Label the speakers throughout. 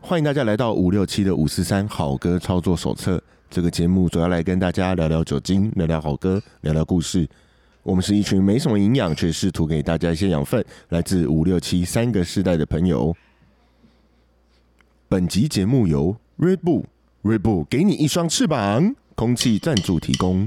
Speaker 1: 欢迎大家来到五六七的五四三好歌操作手册。这个节目主要来跟大家聊聊酒精，聊聊好歌，聊聊故事。我们是一群没什么营养，却试图给大家一些养分，来自五六七三个世代的朋友。本集节目由 Red Bull，Red Bull 给你一双翅膀，空气赞助提供。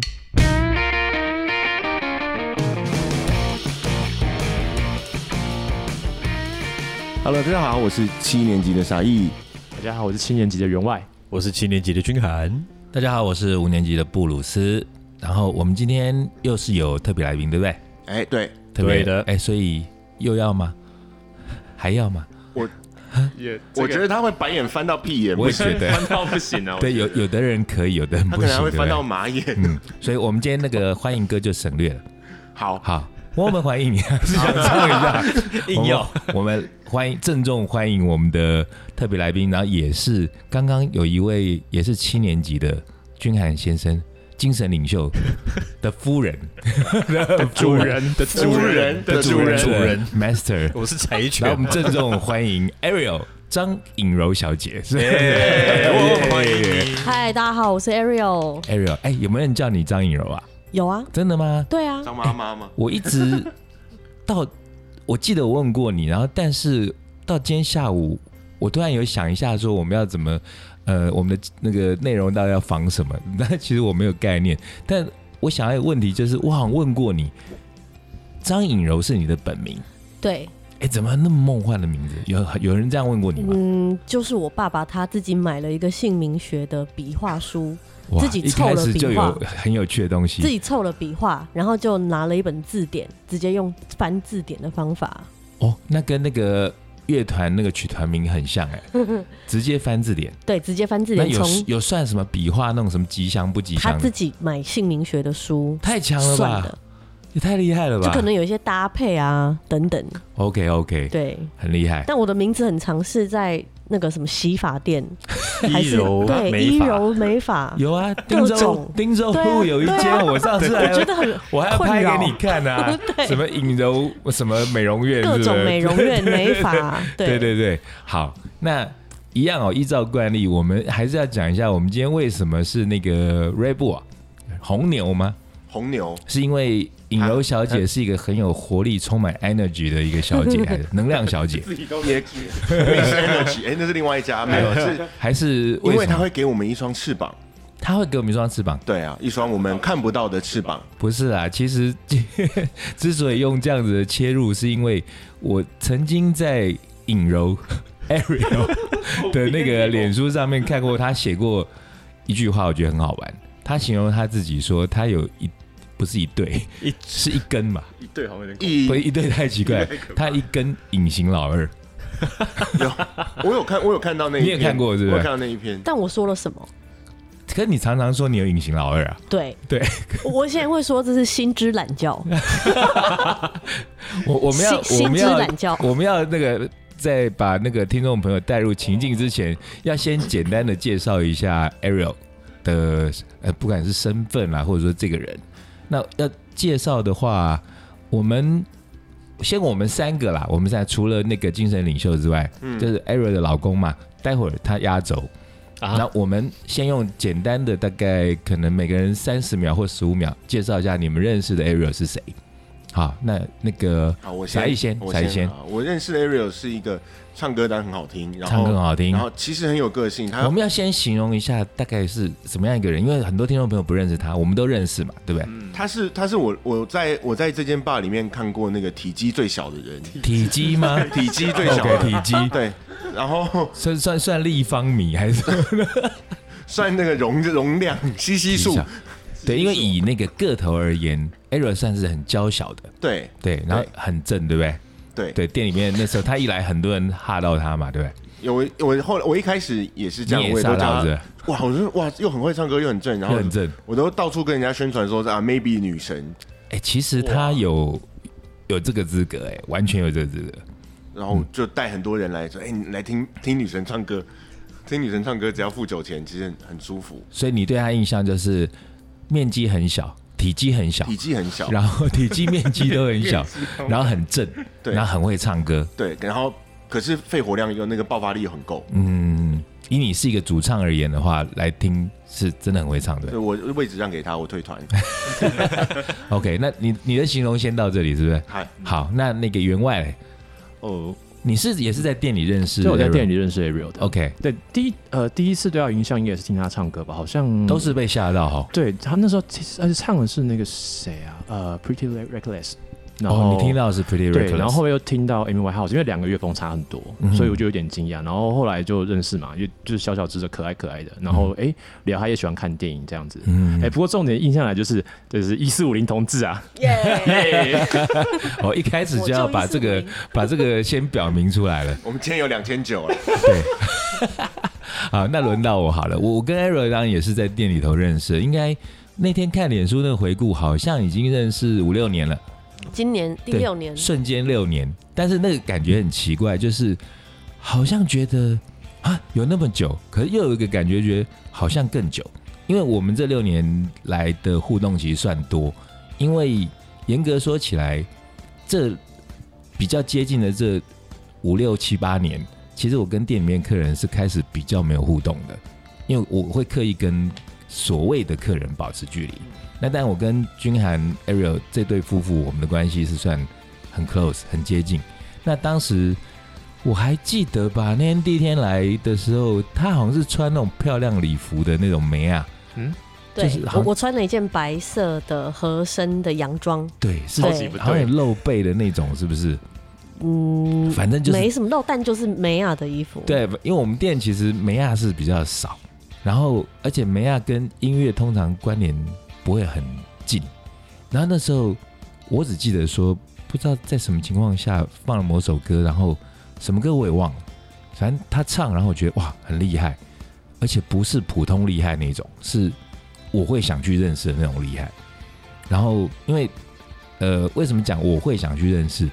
Speaker 1: Hello，大家好，我是七年级的傻义。
Speaker 2: 大家好，我是七年级的员外。
Speaker 3: 我是七年级的君涵，
Speaker 4: 大家好，我是五年级的布鲁斯。然后我们今天又是有特别来宾，对不对？
Speaker 1: 哎、对
Speaker 4: 特
Speaker 3: 对
Speaker 4: 别
Speaker 3: 的
Speaker 4: 哎，所以又要吗？ 还要吗？
Speaker 2: 也，
Speaker 1: 我觉得他会白眼翻到屁眼，
Speaker 4: 我也觉得，
Speaker 2: 翻到不行啊！
Speaker 4: 对，有有的人可以，有的人
Speaker 1: 他
Speaker 4: 不
Speaker 1: 可
Speaker 4: 行，
Speaker 1: 能还会翻到
Speaker 4: 对
Speaker 1: 马眼。
Speaker 4: 不对嗯，所以我们今天那个欢迎歌就省略了。
Speaker 1: 好，
Speaker 4: 好，我们欢迎你，是想唱一下，硬要。我们欢迎，郑重欢迎我们的特别来宾，然后也是刚刚有一位也是七年级的君涵先生，精神领袖的夫人，
Speaker 2: 主人的
Speaker 1: 主人的主人
Speaker 4: 主人 master。
Speaker 3: 我是柴
Speaker 4: 来，
Speaker 3: 犬
Speaker 4: 我，们郑重欢迎 Ariel 张颖柔小姐。是
Speaker 3: 哎我欢迎你，
Speaker 5: 嗨，大家好，我是 Ariel。
Speaker 4: Ariel，哎，有没有人叫你张颖柔啊？
Speaker 5: 有啊，
Speaker 4: 真的吗？
Speaker 5: 对啊，
Speaker 1: 张妈妈吗？
Speaker 4: 我一直 到我记得我问过你，然后但是到今天下午，我突然有想一下说我们要怎么，呃，我们的那个内容到底要防什么？ 但其实我没有概念。但我想要一个问题就是，我好像问过你，张颖柔是你的本名，
Speaker 5: 对，
Speaker 4: 哎，怎么那么梦幻的名字？有有人这样问过你吗？
Speaker 5: 嗯，就是我爸爸他自己买了一个姓名学的笔画书，
Speaker 4: 哇
Speaker 5: 自己
Speaker 4: 一
Speaker 5: 凑了
Speaker 4: 开始
Speaker 5: 笔
Speaker 4: 就有
Speaker 5: 画
Speaker 4: 很有趣的东西
Speaker 5: 自。己凑了笔画，然后就拿了一本字典，直接用翻字典的方法。
Speaker 4: 哦，那跟那个乐团那个曲团名很像 哎、直接翻字典。
Speaker 5: 对，直接翻字
Speaker 4: 那
Speaker 5: 典
Speaker 4: 有
Speaker 5: 从
Speaker 4: 有算什么笔画那种什么吉祥不吉
Speaker 5: 他
Speaker 4: 祥
Speaker 5: 自
Speaker 4: 的？
Speaker 5: 己买姓名学的书
Speaker 4: 太强了
Speaker 5: 算
Speaker 4: 吧
Speaker 5: 的，，
Speaker 4: 也太厉害了吧！
Speaker 5: 就可能有一些搭配啊等等。
Speaker 4: OK OK，
Speaker 5: 对，
Speaker 4: 很厉害。
Speaker 5: 但我的名字很常是在那个什么洗发店，还
Speaker 3: 一
Speaker 5: 是
Speaker 3: 柔
Speaker 5: 对
Speaker 3: 美
Speaker 5: 一
Speaker 3: 法，
Speaker 5: 柔美发，
Speaker 4: 啊有啊，汀州
Speaker 5: 种
Speaker 4: 汀州
Speaker 5: 对啊
Speaker 4: 路有一
Speaker 5: 对
Speaker 4: 间，
Speaker 5: 啊
Speaker 4: 我上次
Speaker 5: 我
Speaker 4: 还
Speaker 5: 觉得很
Speaker 4: 我还要
Speaker 5: 困
Speaker 4: 拍
Speaker 5: 扰，
Speaker 4: 给你看啊
Speaker 5: 对
Speaker 4: 什么影柔什么美容院，
Speaker 5: 各
Speaker 4: 是不
Speaker 5: 种
Speaker 4: 是
Speaker 5: 美容院美发，
Speaker 4: 对对对，好，那一样哦，依照惯例，我们还是要讲一下，我们今天为什么是那个 Red Bull 啊红牛吗？
Speaker 1: 红 牛，
Speaker 4: 是因为尹柔小姐是一个很有活力、充满 energy 的一个小姐，还是能量小 姐，
Speaker 1: 自己都也没是 energy，哎，那是另外一家，没有，是
Speaker 4: 还是
Speaker 1: 因为
Speaker 4: 什
Speaker 1: 他
Speaker 4: 么
Speaker 1: 会给我们一双翅膀，
Speaker 4: 她会给我们一双翅膀？
Speaker 1: 对啊，一双我们看不到的翅膀，
Speaker 4: 不是啦，其实 之所以用这样子的切入，是因为我曾经在尹柔 Ariel 的那个脸书上面看过她写过一句话，我觉得很好玩。她形容她自己说，她有一不是一对，
Speaker 2: 一
Speaker 4: 是一根嘛，
Speaker 2: 一对好像有点
Speaker 1: 一
Speaker 4: 不是一对太奇怪，她一根隐形老二。
Speaker 1: 我有看，我有看到那一
Speaker 4: 你
Speaker 1: 篇，
Speaker 4: 也看过是不是
Speaker 1: 我有看到那一篇，
Speaker 5: 但我说了什么？
Speaker 4: 可是你常常说你有隐形老二啊？
Speaker 5: 对
Speaker 4: 对，
Speaker 5: 我我现在会说这是心之懒 觉，
Speaker 4: 我我们要
Speaker 5: 心
Speaker 4: 我们
Speaker 5: 心之懒觉
Speaker 4: 要 我们要那个在把那个听众朋友带入情境之前，要先简单的介绍一下 Ariel 的呃，不管是身份啦，或者说这个人。那要介绍的话，我们先我们三个啦，我们现在除了那个精神领袖之外，
Speaker 1: 嗯
Speaker 4: 就是 Ariel 的老公嘛，待会儿他压轴。
Speaker 3: 啊
Speaker 4: 那我们先用简单的，大概可能每个人三十秒或十五秒介绍一下你们认识的 Ariel 是谁。好，那那个
Speaker 1: 好，我
Speaker 4: 傻一先，
Speaker 1: 我
Speaker 4: 傻一先
Speaker 1: 先，，啊好我认识的 Ariel 是一个唱歌单很好听，然
Speaker 4: 唱歌很
Speaker 1: 后
Speaker 4: 好听
Speaker 1: 然。后其实很有个性，
Speaker 4: 我
Speaker 1: 他
Speaker 4: 们要先形容一下大概是什么样一个人，因为很多听众朋友不认识他，我们都认识嘛，对不对？
Speaker 1: 他是他是我我在我在这间 bar 里面看过那个体积最小的人，
Speaker 4: 体积吗？
Speaker 1: 体积最小
Speaker 4: OK，
Speaker 1: 的
Speaker 4: 体积
Speaker 1: 对，然后
Speaker 4: 算算算立方米还是什么
Speaker 1: 算那个容容量吸吸数
Speaker 4: 体，积 对，因为以那个个头而言，Ariel 算是很娇小的，
Speaker 1: 对
Speaker 4: 对，然后很正，对不对？
Speaker 1: 对
Speaker 4: 对，店里面那时候他一来，很多人吓到他嘛，对不对？
Speaker 1: 有我后来我一开始也是这样，
Speaker 4: 你也
Speaker 1: 我也都
Speaker 4: 吓到
Speaker 1: 叫他
Speaker 4: 是不
Speaker 1: 哇，我说哇，又很会唱歌，又很正，然后
Speaker 4: 又很正
Speaker 1: 我都到处跟人家宣传说是啊，maybe 女神，
Speaker 4: 哎、其实他有有这个资格、哎，完全有这个资格。
Speaker 1: 然
Speaker 4: 嗯
Speaker 1: 后就带很多人来说，哎、你来听听女神唱歌，听女神唱歌只要付九钱，其实很很舒服，
Speaker 4: 所以你对他印象就是面积很小，体积很小
Speaker 1: 体，积很小，
Speaker 4: 然后体积面积都很小，然后很正，
Speaker 1: 对
Speaker 4: 然后很会唱歌。
Speaker 1: 对，然后可是肺活量又那个爆发力又很够，
Speaker 4: 嗯，以你是一个主唱而言的话，来听是真的很会唱
Speaker 1: 对
Speaker 4: 的。
Speaker 1: 我位置让给他，我退 团。
Speaker 4: OK，那你你的形容先到这里，是不是？
Speaker 1: 嗨，
Speaker 4: 好，那那个员外嘞，
Speaker 6: 哦，
Speaker 4: 你是也是在店里认识？
Speaker 6: 对，我在店。里认识 Ariel 的。
Speaker 4: OK，
Speaker 6: 对，第一呃第一次对他有印象应该也是听他唱歌吧，好像
Speaker 4: 都是被吓到哈。
Speaker 6: 对他那时候其实而且唱的是那个谁啊，呃，Pretty Reckless，然后、
Speaker 4: 哦，你听到的是 Pretty
Speaker 6: 对，
Speaker 4: Reckless，
Speaker 6: 然后后面又听到 Amy Winehouse，因为两个乐风差很多，
Speaker 4: 嗯
Speaker 6: 所以我就有点惊讶。然后后来就认识嘛，就就是小小只的可爱可爱的，然后哎、聊他也喜欢看电影这样子。
Speaker 4: 嗯
Speaker 6: 哎、，不过重点印象来就是就是一四五零同志啊，
Speaker 5: 耶，
Speaker 4: 哦，一开始就要把这
Speaker 5: 我
Speaker 4: 个
Speaker 5: 就一四五零
Speaker 4: 把这个先表明出来了。
Speaker 1: 我们今天有两千九了，
Speaker 4: 好，那轮到我好了。我我跟 Ariel 当然也是在店里头认识的，应该那天看脸书那个回顾，好像已经认识五六年了，
Speaker 5: 今年第
Speaker 4: 对
Speaker 5: 六年，
Speaker 4: 瞬间六年。但是那个感觉很奇怪，就是好像觉得啊有那么久，可是又有一个感觉，觉得好像更久。因为我们这六年来的互动其实算多，因为严格说起来，这比较接近的这五六七八年，其实我跟店里面客人是开始比较没有互动的，因为我会刻意跟所谓的客人保持距离。那但我跟君涵 Ariel 这对夫妇，我们的关系是算很 close 很接近。那当时我还记得吧，那天第一天来的时候，他好像是穿那种漂亮礼服的那种梅啊，
Speaker 5: 对
Speaker 4: 就是好像
Speaker 5: 我我穿了一件白色的合身的洋装，
Speaker 4: 对，是
Speaker 5: 哦对
Speaker 2: 超级不
Speaker 4: 好像有
Speaker 2: 对，
Speaker 4: 露背的那种，是不是？
Speaker 5: 嗯，
Speaker 4: 反正就是
Speaker 5: 没什么肉，但就是美雅的衣服，，
Speaker 4: 对，因为我们店其实梅亚是比较少，然后而且梅亚跟音乐通常关联不会很近。然后那时候我只记得说，不知道在什么情况下放了某首歌，然后什么歌我也忘了，反正他唱，然后我觉得哇很厉害，而且不是普通厉害那种，是我会想去认识的那种厉害。然后因为呃，为什么讲我会想去认识？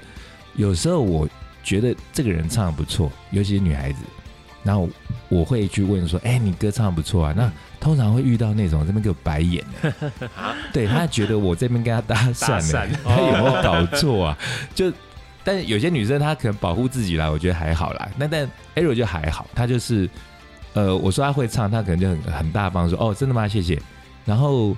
Speaker 4: 有时候我觉得这个人唱的不错，尤其是女孩子，然后我会去问说：“哎、你歌唱的不错啊。”那通常会遇到那种这边给我白眼的， 对他觉得我这边跟他搭
Speaker 2: 搭
Speaker 4: 讪
Speaker 2: 讪哦
Speaker 4: 呢，他有没有搞错啊？就但是有些女生她可能保护自己啦，我觉得还好啦。那但 Ariel 就还好，她就是呃，我说她会唱，她可能就很很大方说：“哦，真的吗？谢谢。”然后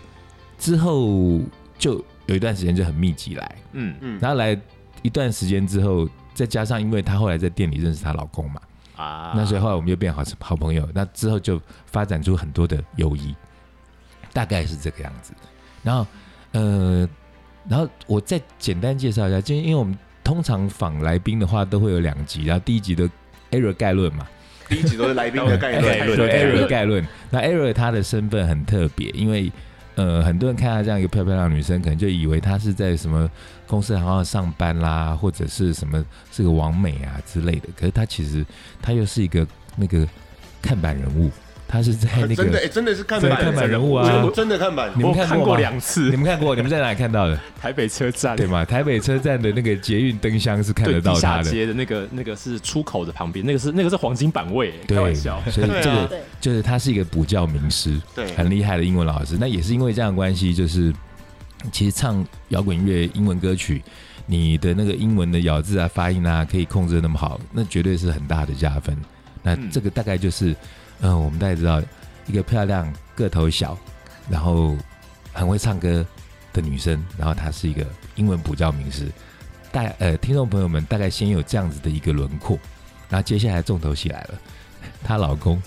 Speaker 4: 之后就有一段时间就很密集来，
Speaker 2: 嗯
Speaker 1: 嗯，
Speaker 4: 然后来一段时间之后，再加上因为她后来在店里认识她老公嘛，
Speaker 2: 啊
Speaker 4: 那所以后来我们就变好好朋友。那之后就发展出很多的友谊，大概是这个样子。然后呃，然后我再简单介绍一下，就因为我们通常访来宾的话都会有两集，然后第一集的 error 概论嘛，
Speaker 1: 第一集都是来宾的 概念，
Speaker 2: 对
Speaker 4: 哎对 Ariel
Speaker 2: 对
Speaker 4: 概论。那 Ariel 她的身份很特别，因为呃，很多人看她这样一个漂漂亮的女生，可能就以为她是在什么公司行号上班啦，或者是什么是个王美啊之类的。可是她其实她又是一个那个看板人物，她是在那
Speaker 1: 真的，
Speaker 4: 个
Speaker 1: 哎，真的是看
Speaker 4: 在
Speaker 1: 板，
Speaker 4: 看板人物啊。
Speaker 1: 真真的看板，
Speaker 4: 你们
Speaker 2: 我
Speaker 4: 看
Speaker 2: 看
Speaker 4: 过吗
Speaker 2: 过两次
Speaker 4: 你们看过？你们在哪里看到的？
Speaker 6: 台北车站
Speaker 4: 对吗？台北车站的那个捷运灯箱是看
Speaker 6: 对
Speaker 4: 得到
Speaker 6: 地
Speaker 4: 她
Speaker 6: 下
Speaker 4: 的，
Speaker 6: 街的那个那个是出口的旁边，那个是那个是黄金版位，哎开
Speaker 4: 对，
Speaker 6: 玩
Speaker 4: 所
Speaker 6: 笑。
Speaker 4: 以这
Speaker 1: 对啊
Speaker 4: 个
Speaker 5: 对
Speaker 4: 就是她是一个补教名师。
Speaker 1: 对，
Speaker 4: 很厉害的英文老师。那也是因为这样的关系，就是其实唱摇滚乐、英文歌曲，你的那个英文的咬字啊、发音啊，可以控制得那么好，那绝对是很大的加分。那这个大概就是，嗯、我们大家知道，一个漂亮、个头小，然后很会唱歌的女生，然后她是一个英文补教名师。大呃，听众朋友们大概先有这样子的一个轮廓，然后接下来重头戏来了，她老公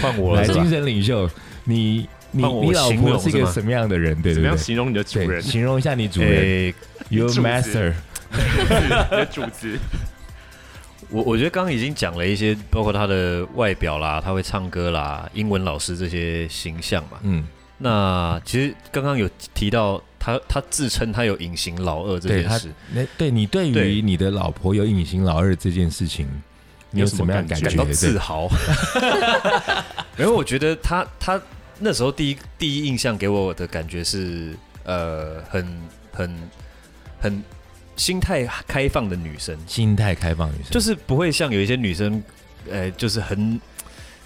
Speaker 3: 换我
Speaker 4: 来
Speaker 3: 了是吧
Speaker 4: 精？神领袖，你你
Speaker 3: 帮我
Speaker 4: 你老
Speaker 3: 形
Speaker 4: 婆
Speaker 3: 容
Speaker 4: 是一
Speaker 3: 是
Speaker 4: 个
Speaker 3: 吗
Speaker 4: 什么样的人？对
Speaker 2: 怎
Speaker 4: 对
Speaker 2: 么样，
Speaker 4: 对
Speaker 2: 形容你的主
Speaker 4: 对，
Speaker 2: 人？
Speaker 4: 形容一下你主人
Speaker 3: 诶
Speaker 4: ，Your
Speaker 2: 主子
Speaker 4: Master，
Speaker 2: 你的主子，
Speaker 3: 我我觉得刚刚已经讲了一些，包括他的外表啦，他会唱歌啦，英文老师这些形象嘛。
Speaker 4: 嗯，
Speaker 3: 那其实刚刚有提到他，他自称他有隐形老二这
Speaker 4: 对
Speaker 3: 件
Speaker 4: 他
Speaker 3: 事，，
Speaker 4: 那对你对于
Speaker 3: 对
Speaker 4: 你的老婆有隐形老二这件事情，你有什么样的
Speaker 6: 有什
Speaker 4: 觉？
Speaker 3: 感到自
Speaker 4: 对
Speaker 3: 豪。因为我觉得他他那时候第一第一印象给我的感觉是，呃，很很很心态开放的女生，
Speaker 4: 心态开放女生，
Speaker 3: 就是是不会像有一些女生，呃，就是很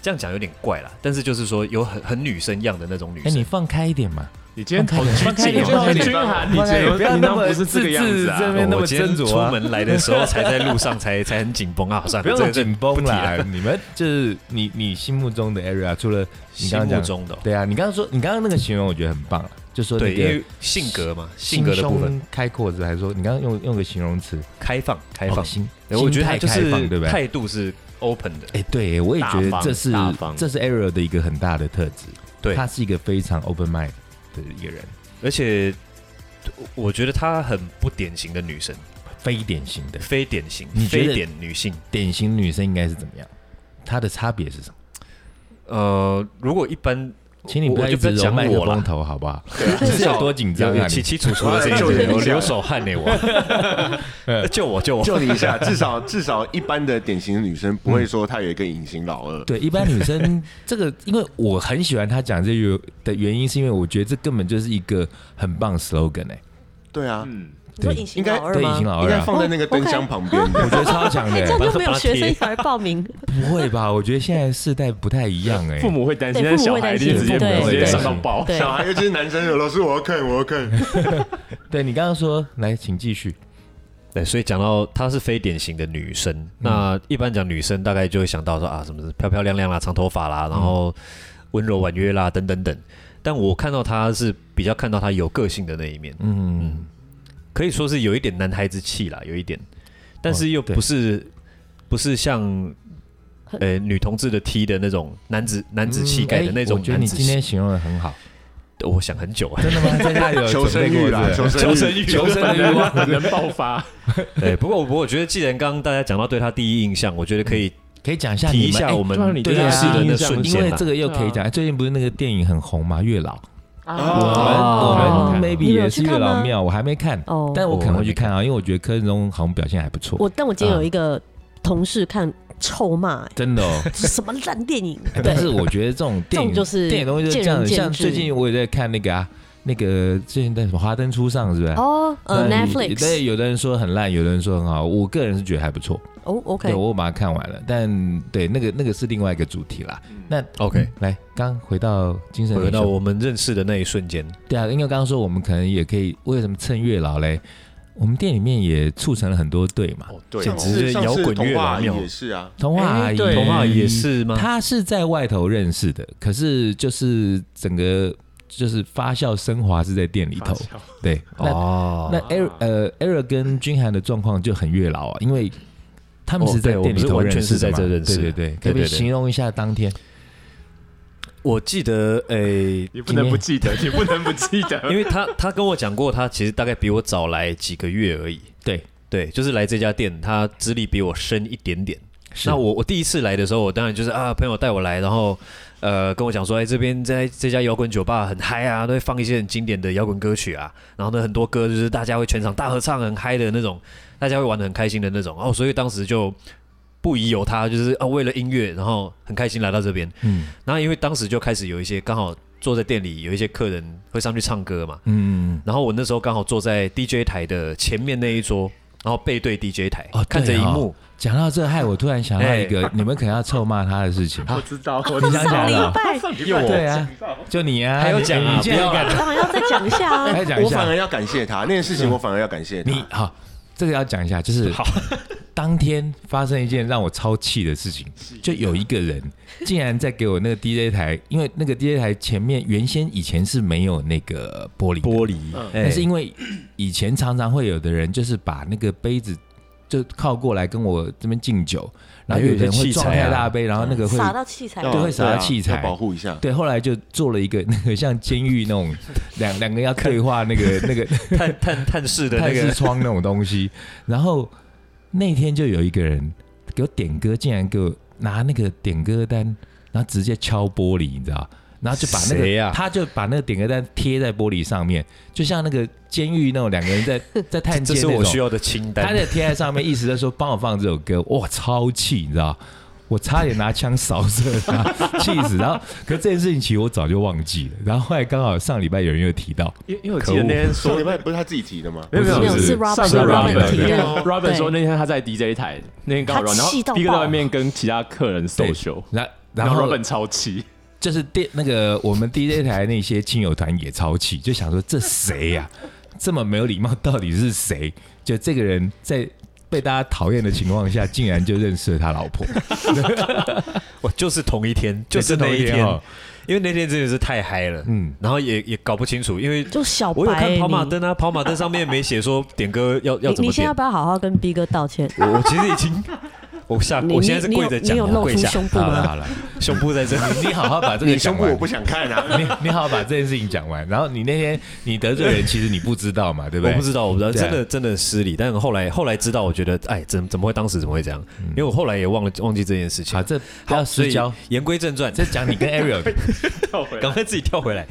Speaker 3: 这样讲有点怪啦，但是就是说有很很女生样的那种女
Speaker 4: 哎，你
Speaker 3: 生，啊
Speaker 4: 放开一点嘛，
Speaker 6: 你今天好拘
Speaker 4: 开
Speaker 6: 谨
Speaker 4: 你
Speaker 6: 哦，
Speaker 4: 放
Speaker 6: 很
Speaker 4: 开
Speaker 6: 均衡，你
Speaker 4: 哎
Speaker 6: 觉
Speaker 4: 不要
Speaker 6: 得你
Speaker 4: 那
Speaker 6: 当
Speaker 4: 么
Speaker 6: 不是这个样子
Speaker 4: 字字
Speaker 6: 啊
Speaker 4: 这？边那么
Speaker 3: 我今天
Speaker 4: 斟酌
Speaker 3: 出
Speaker 4: 啊
Speaker 3: 门来的时 候才在路上才才很紧绷啊，算了，
Speaker 4: 不用
Speaker 3: 这个
Speaker 4: 紧绷
Speaker 3: 不提
Speaker 4: 啦
Speaker 3: 了。
Speaker 4: 你们就是你你心目中的 area，除了你
Speaker 3: 心
Speaker 4: 刚
Speaker 3: 目
Speaker 4: 刚讲，
Speaker 3: 中的哦
Speaker 4: 对啊，你刚刚说你刚刚那个形容我觉得很棒啊，就说
Speaker 3: 对，
Speaker 4: 那
Speaker 3: 因
Speaker 4: 个
Speaker 3: 为性格嘛，性格的部分
Speaker 4: 心胸开阔是还是说你刚刚用用个形容词
Speaker 3: 开放开
Speaker 4: 哦
Speaker 3: 放，
Speaker 4: 心，
Speaker 3: 对我觉得他就
Speaker 4: 心态开放
Speaker 3: 是
Speaker 4: 对不对？
Speaker 3: 态度是 open 的，
Speaker 4: 哎，对，我也觉得
Speaker 6: 大方
Speaker 4: 这是
Speaker 6: 大方
Speaker 4: 这是 Ariel 的一个很大的特质，
Speaker 3: 对
Speaker 4: 他是一个非常 open mind 的一个人，
Speaker 3: 而且我觉得她很不典型的女生，
Speaker 4: 非典型的
Speaker 3: 非典型
Speaker 4: 你，觉得
Speaker 3: 非典女性。
Speaker 4: 典型女生应该是怎么样？她的差别是什么？
Speaker 3: 呃，如一般
Speaker 4: 请你
Speaker 3: 我
Speaker 4: 不要
Speaker 3: 我
Speaker 4: 一
Speaker 3: 就不
Speaker 4: 直
Speaker 3: 要
Speaker 4: 揉
Speaker 3: 讲
Speaker 4: 麦克
Speaker 3: 我啦啊
Speaker 4: 风头好不好？
Speaker 3: 至
Speaker 4: 这是有
Speaker 3: 少
Speaker 4: 多紧张
Speaker 3: 有有
Speaker 4: 啊！
Speaker 3: 起
Speaker 4: 你
Speaker 3: 起楚楚的声音，
Speaker 1: 救 你一
Speaker 3: 我
Speaker 1: 下
Speaker 3: 流手汗呢，我 救我救我，
Speaker 1: 救你一下，至少至少一般的典型女生不会说她有一个隐形老二，
Speaker 4: 对一般女生 这个，因为我很喜欢她讲这句的原因，是因为我觉得这根本就是一个很棒的 slogan 哎、
Speaker 1: 对啊，
Speaker 6: 嗯，
Speaker 5: 你说
Speaker 4: 对
Speaker 5: 隐形
Speaker 1: 应该
Speaker 5: 老二
Speaker 4: 对隐
Speaker 5: 吗
Speaker 4: 形？老
Speaker 1: 应
Speaker 4: 二、
Speaker 1: 该
Speaker 4: 啊，哦
Speaker 1: 放在那个灯箱旁边
Speaker 4: 我
Speaker 1: 的。
Speaker 4: 觉得超强的、
Speaker 5: 哎，这样
Speaker 4: 欸，
Speaker 5: 就没有学生想来报名，
Speaker 4: 不会吧？我觉得现在世代不太一样哎、
Speaker 6: 父母会担心，
Speaker 5: 对
Speaker 6: 但是小
Speaker 5: 父母会
Speaker 6: 孩一
Speaker 5: 担
Speaker 6: 定
Speaker 5: 心
Speaker 6: 直接
Speaker 5: 对
Speaker 6: 直接
Speaker 4: 对
Speaker 6: 上到爆。
Speaker 5: 对，
Speaker 1: 小孩，啊尤其是男生，有老师我要看，我要看。
Speaker 4: 对你刚刚说，来，请继续。
Speaker 3: 对，所以讲到她是非典型的女生，
Speaker 4: 嗯
Speaker 3: 那一般讲女生大概就会想到说啊，什么是漂漂亮亮啦、长头发
Speaker 4: 嗯
Speaker 3: 啦，然后温柔婉约啦，等等等。但我看到她是比较看到她有个性的那一面，
Speaker 4: 嗯，
Speaker 3: 可以说是有一点男孩子气啦，有一点，但是又
Speaker 4: 哦对
Speaker 3: 不是、不是像
Speaker 5: 很
Speaker 3: 呃女同志的 T 的那种男子男子气概的那
Speaker 4: 哎
Speaker 3: 种
Speaker 4: 我觉得
Speaker 3: 男
Speaker 4: 你
Speaker 3: 子
Speaker 4: 今
Speaker 3: 气。
Speaker 4: 天形容 的很好，
Speaker 3: 我想很久啊，
Speaker 4: 真的吗？在家里 有
Speaker 1: 求生
Speaker 4: 呃准
Speaker 1: 欲
Speaker 4: 备
Speaker 1: 啊
Speaker 4: 过
Speaker 1: 啦，
Speaker 4: 是不
Speaker 1: 求
Speaker 4: 是
Speaker 1: 生欲。
Speaker 4: 欲求生的欲望。
Speaker 6: 能爆 发，
Speaker 3: 对，不过我不过我觉得，既然刚刚大家讲到对她第一印象，我觉得可以
Speaker 4: 可以讲一下
Speaker 3: 提
Speaker 4: 你
Speaker 3: 一
Speaker 4: 们
Speaker 3: 下
Speaker 4: 哎
Speaker 3: 我们
Speaker 6: 对啊你
Speaker 3: 对
Speaker 4: 对
Speaker 3: 她
Speaker 4: 啊
Speaker 3: 是的那
Speaker 6: 印象
Speaker 3: 瞬
Speaker 4: 因
Speaker 3: 间
Speaker 4: 为
Speaker 3: 啦
Speaker 4: 这。个又可以
Speaker 5: 嗯
Speaker 4: 讲，最近不是那个电影很红嘛，《月老》。
Speaker 1: 啊
Speaker 5: 哦
Speaker 4: 我们我们
Speaker 5: 你
Speaker 4: maybe
Speaker 5: 们有
Speaker 4: 也
Speaker 5: 去
Speaker 4: 是月
Speaker 5: 看
Speaker 4: 老
Speaker 5: 吗
Speaker 4: 庙，我还没看，
Speaker 5: 哦，
Speaker 4: 但我可能会去
Speaker 3: 我还没看
Speaker 4: 看啊，因为我觉得柯震东好像表现还不错，
Speaker 5: 我但我今天有一个同事看臭骂，哎
Speaker 4: 真的哦。
Speaker 5: 这是什么烂电影？
Speaker 4: 但
Speaker 5: 对
Speaker 4: 是我觉得这种电影
Speaker 5: 这种就是
Speaker 4: 电影东西就是这样的，
Speaker 5: 见仁
Speaker 4: 像
Speaker 5: 见智
Speaker 4: 最近我也在看那个啊，那个最近在什么《华灯初上》是不是？
Speaker 5: 哦，呃
Speaker 4: 那你对，
Speaker 5: ，Netflix，
Speaker 4: 有的人说很烂，有的人说很好，我个人是觉得还不错。
Speaker 5: 哦，OK，
Speaker 4: 对，我把它看完了，但对那个那个是另外一个主题啦。那
Speaker 3: OK，
Speaker 4: 来，刚回到精神
Speaker 3: 嗯回
Speaker 4: 领
Speaker 3: 到
Speaker 4: 袖，
Speaker 3: 我们认识的那一瞬间，
Speaker 4: 对啊，因为刚刚说我们可能也可以，为什么趁月老嘞？我们店里面也促成了很多对嘛，
Speaker 6: 哦，对
Speaker 3: 简
Speaker 1: 上
Speaker 3: 直
Speaker 1: 次
Speaker 3: 是摇滚
Speaker 1: 上
Speaker 3: 乐啦
Speaker 1: 次童
Speaker 3: 妙
Speaker 1: 话也是啊，
Speaker 4: 童话阿姨，
Speaker 6: 对
Speaker 3: 哎童话阿姨也是吗
Speaker 4: 她是在外头认识的，可是就是整个就是发酵升华是在店里头。对，那、
Speaker 3: 哦
Speaker 4: 那 Air 呃 Air 跟君涵的状况就很月老啊，因为他们是在
Speaker 3: 哦对
Speaker 4: 店里
Speaker 3: 我
Speaker 4: 头
Speaker 3: 们是完
Speaker 4: 认
Speaker 3: 全
Speaker 4: 识
Speaker 3: 是在
Speaker 4: 的嘛
Speaker 3: 这认识
Speaker 4: 对对对，可不可
Speaker 3: 对
Speaker 4: 以
Speaker 3: 对对
Speaker 4: 形容一下当天？
Speaker 3: 我记得
Speaker 4: 哎
Speaker 3: 诶、
Speaker 6: 你不能不记得，你不能不记得，
Speaker 3: 因为他他跟我讲过，他其实大概比我早来几个月而已。
Speaker 4: 对
Speaker 3: 对，就是来这家店，他资历比我深一点点。
Speaker 4: 是
Speaker 3: 那我我第一次来的时候，我当然就是啊，朋友带我来，然后呃跟我讲说，哎，这边在这家摇滚酒吧很嗨啊，都会放一些很经典的摇滚歌曲啊，然后呢很多歌就是大家会全场大合唱，很嗨的那种，大家会玩的很开心的那种。哦，所以当时就不疑有他，就是啊为了音乐，然后很开心来到这边。
Speaker 4: 嗯
Speaker 3: 然后因为当时就开始有一些刚好坐在店里，有一些客人会上去唱歌嘛，
Speaker 4: 嗯，
Speaker 3: 然后我那时候刚好坐在 DJ 台的前面那一桌，然后背对 DJ 台，
Speaker 4: 哦对
Speaker 3: 看着荧幕。
Speaker 4: 讲到这，害我突然想到一个，你们可能要臭骂他的事情。
Speaker 6: 我知道，我
Speaker 4: 你
Speaker 6: 知
Speaker 4: 想讲
Speaker 5: 上啊礼
Speaker 4: 了
Speaker 6: 道，
Speaker 5: 拜
Speaker 3: 又我
Speaker 4: 对啊，就你啊，
Speaker 3: 还有讲啊
Speaker 4: 你竟然
Speaker 3: 不要
Speaker 4: 敢
Speaker 3: 啊
Speaker 5: 当然要再讲一下 啊，
Speaker 4: 还讲一
Speaker 1: 我反
Speaker 4: 下
Speaker 1: 而，要感谢他那件事情，我反而要感谢他。
Speaker 4: 你好，这个要讲一下，就是
Speaker 3: 好
Speaker 4: 当天发生一件让我超气的事情，就有一个人竟然在给我那个 DJ 台，因为那个 DJ 台前面原先以前是没有那个玻璃的，
Speaker 3: 玻璃，哎
Speaker 6: 嗯
Speaker 4: 但是因为以前常常会有的人就是把那个杯子就靠过来跟我这边敬酒，然后有的人会撞太
Speaker 3: 啊
Speaker 4: 大杯，然后那个会
Speaker 5: 撒到器材
Speaker 1: 要
Speaker 4: 对会撒到
Speaker 1: 对啊
Speaker 4: 器材
Speaker 1: 要保护一下。
Speaker 4: 对，后来就做了一个 那个像监狱那种两两个要对话那个那个
Speaker 3: 探探探视 的那
Speaker 4: 探视
Speaker 3: 个，
Speaker 4: 窗那种 东西。然后那天就有一个人给我点歌，竟然给我拿那个点歌单，然后直接敲玻璃，你知道？然后就把那
Speaker 3: 谁啊呀
Speaker 4: 个，他就把那个点歌单贴在玻璃上面，就像那个监狱那种两个人在 在探
Speaker 3: 这
Speaker 4: 监
Speaker 3: 是
Speaker 4: 那
Speaker 3: 我需
Speaker 4: 种。
Speaker 3: 要的清
Speaker 4: 他
Speaker 3: 单。
Speaker 4: 在贴在上面，意思就是说帮我放这首歌，哇，超气，你知道？我差点拿枪扫射 他，气死。然后，可是这件事情其实我早就忘记了。然后后来刚好上礼拜有人又提到，
Speaker 6: 因因为我记得那天
Speaker 1: 上
Speaker 6: 说
Speaker 1: 礼。拜不是他自己提的吗？
Speaker 6: 没有
Speaker 5: 没有是 Robert
Speaker 6: 上
Speaker 4: Robert
Speaker 5: 提的
Speaker 6: Robert
Speaker 5: 对
Speaker 6: 说那天他在 DJ 台，那天刚好，
Speaker 5: 他
Speaker 6: 然后
Speaker 5: 气到
Speaker 6: B 哥在
Speaker 5: 爆
Speaker 6: 外面跟其他客人
Speaker 4: 对
Speaker 6: 搜秀，
Speaker 4: 然
Speaker 6: 然
Speaker 4: 然后
Speaker 6: 后 Robert 超气，
Speaker 4: 就是电那个我们 DJ 台那些亲友团也超气，就想说这谁呀、这么没有礼貌，到底是谁？就这个人在被大家讨厌的情况下，竟然就认识了他老婆，
Speaker 3: 我就是同一天，就是那一
Speaker 4: 同一天哦
Speaker 3: 因为那天真的是太嗨了，
Speaker 4: 嗯
Speaker 3: 嗯，然后也也搞不清楚，因为
Speaker 5: 就小白、
Speaker 3: 我有看跑马
Speaker 5: 你
Speaker 3: 灯啊，跑马灯上面没写说点歌要要
Speaker 5: 你
Speaker 3: 怎
Speaker 5: 你
Speaker 3: 么
Speaker 5: 现在要
Speaker 3: 点，
Speaker 5: 不要好好跟 B 哥道歉？
Speaker 3: 我我其实已经。我下，
Speaker 5: 你
Speaker 3: 我现在是
Speaker 5: 你
Speaker 3: 跪着讲，
Speaker 5: 你有你
Speaker 3: 我
Speaker 5: 有露
Speaker 3: 跪
Speaker 5: 出
Speaker 3: 下，
Speaker 5: 胸部
Speaker 4: 好了
Speaker 5: 吗？
Speaker 4: 好了，
Speaker 3: 胸部在这里。
Speaker 4: 你好好把这个
Speaker 1: 你胸
Speaker 4: 讲
Speaker 1: 部
Speaker 4: 完
Speaker 1: 我。不想看啊！
Speaker 4: 你你好好把这件事情讲完，然后你那天你得罪人，其实你不知道嘛，对不
Speaker 3: 我
Speaker 4: 对？
Speaker 3: 不知道，我不知道，
Speaker 4: 对啊
Speaker 3: 真的真的失礼。但后来后来知道，我觉得，哎，怎怎么会当时怎么会这样？因为我后来也忘了忘记这件事情。
Speaker 4: 好，嗯啊这不要
Speaker 3: 好，所
Speaker 4: 私
Speaker 3: 以
Speaker 4: 交，
Speaker 3: 言归正传，
Speaker 4: 这讲 你跟 Ariel
Speaker 2: 跳回来
Speaker 3: 赶快自己跳回来。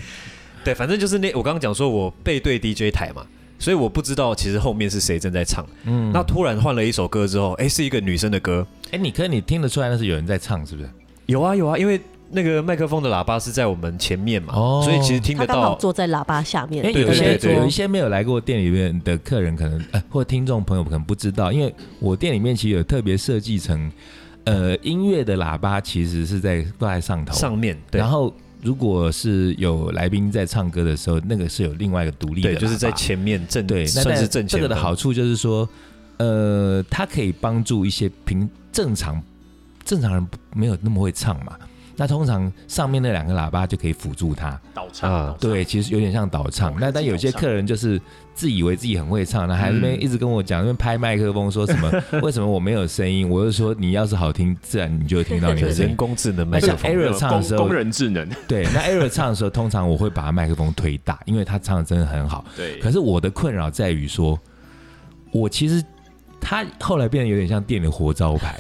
Speaker 3: 对，反正就是那我刚刚讲说，我背对 DJ 台嘛，所以我不知道其实后面是谁正在唱。嗯，那突然换了一首歌之后，哎，是一个女生的歌。
Speaker 4: 哎，你可你听得出来那是有人在唱，是不是？
Speaker 3: 有啊有啊，因为那个麦克风的喇叭是在我们前面嘛，
Speaker 4: 哦
Speaker 3: 所以其实听
Speaker 5: 他
Speaker 3: 得
Speaker 5: 刚好
Speaker 3: 到。
Speaker 5: 坐在喇叭下面
Speaker 4: 因为
Speaker 5: 的
Speaker 3: 对
Speaker 4: 有
Speaker 3: 对
Speaker 5: 那
Speaker 4: 些
Speaker 5: 一
Speaker 3: 对对
Speaker 5: 桌
Speaker 4: 有一，些没有来过店里面的客人，可能呃或听众朋友可能不知道，因为我店里面其实有特别设计成，呃，音乐的喇叭其实是在挂在上头，
Speaker 3: 上面，对
Speaker 4: 然后如果是有来宾在唱歌的时候，那个是有另外一个独立的
Speaker 3: 对，
Speaker 4: 喇叭，
Speaker 3: 就是在前面正
Speaker 4: 对，那
Speaker 3: 算
Speaker 4: 但
Speaker 3: 是正
Speaker 4: 这
Speaker 3: 前
Speaker 4: 个的
Speaker 3: 方
Speaker 4: 好处就是说，呃，它可以帮助一些平正常正常人不没有那么会唱嘛。那通常上面那两个喇叭就可以辅助他，
Speaker 6: 倒唱倒
Speaker 3: 啊
Speaker 6: 唱
Speaker 4: 对，其实有点像导唱。那但有些客人就是自以为自己很会唱，那还在那
Speaker 3: 嗯
Speaker 4: 边一直跟我讲，那边拍麦克风说什么 为什么我没有声音？我就说你要是好听，自然你就会听到你
Speaker 3: 对
Speaker 4: 的声
Speaker 3: 人
Speaker 4: 音。
Speaker 3: 工智能
Speaker 4: 那
Speaker 3: 麦
Speaker 4: 像
Speaker 3: 克风，
Speaker 4: Ariel 唱的时候
Speaker 6: 工，人智能，
Speaker 4: 对，那 Ariel 唱的时候，通常我会把麦克风推大，因为他唱的真的很好。
Speaker 6: 对
Speaker 4: 可是我的困扰在于说，我其实他后来变得有点像店里的活招牌。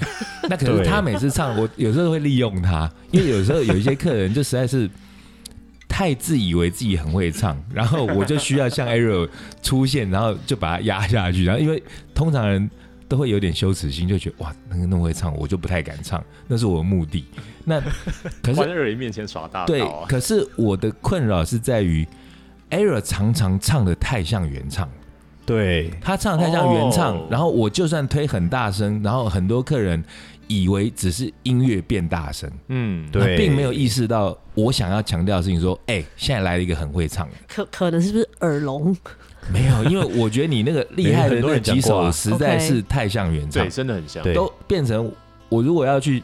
Speaker 4: 那可是
Speaker 3: 对
Speaker 4: 他每次唱，我有时候会利用他，因为有时候有一些客人就实在是太自以为自己很会唱，然后我就需要像 Ariel 出现，然后就把他压下去。然后因为通常人都会有点羞耻心，就觉得哇，那个那么会唱，我就不太敢唱，那是我的目的。那可是
Speaker 6: 在耳语面前耍大
Speaker 4: 对
Speaker 6: 刀，啊！
Speaker 4: 可是我的困扰是在于 e r a 常常唱的太像原唱，
Speaker 3: 对，
Speaker 4: 他唱得太像原唱，
Speaker 6: 哦
Speaker 4: 然后我就算推很大声，然后很多客人以为只是音乐变大声，
Speaker 6: 嗯，
Speaker 3: 对
Speaker 4: 他并没有意识到我想要强调的事情，说，哎、现在来了一个很会唱的，
Speaker 5: 可可能是不是耳聋？
Speaker 4: 没有，因为我觉得你那个厉害
Speaker 3: 没
Speaker 4: 的那几
Speaker 3: 很多人讲过
Speaker 4: 首
Speaker 3: 啊
Speaker 4: 实在是太像原唱
Speaker 6: 对，，真的很像。
Speaker 3: 对
Speaker 4: 都变成我如果要去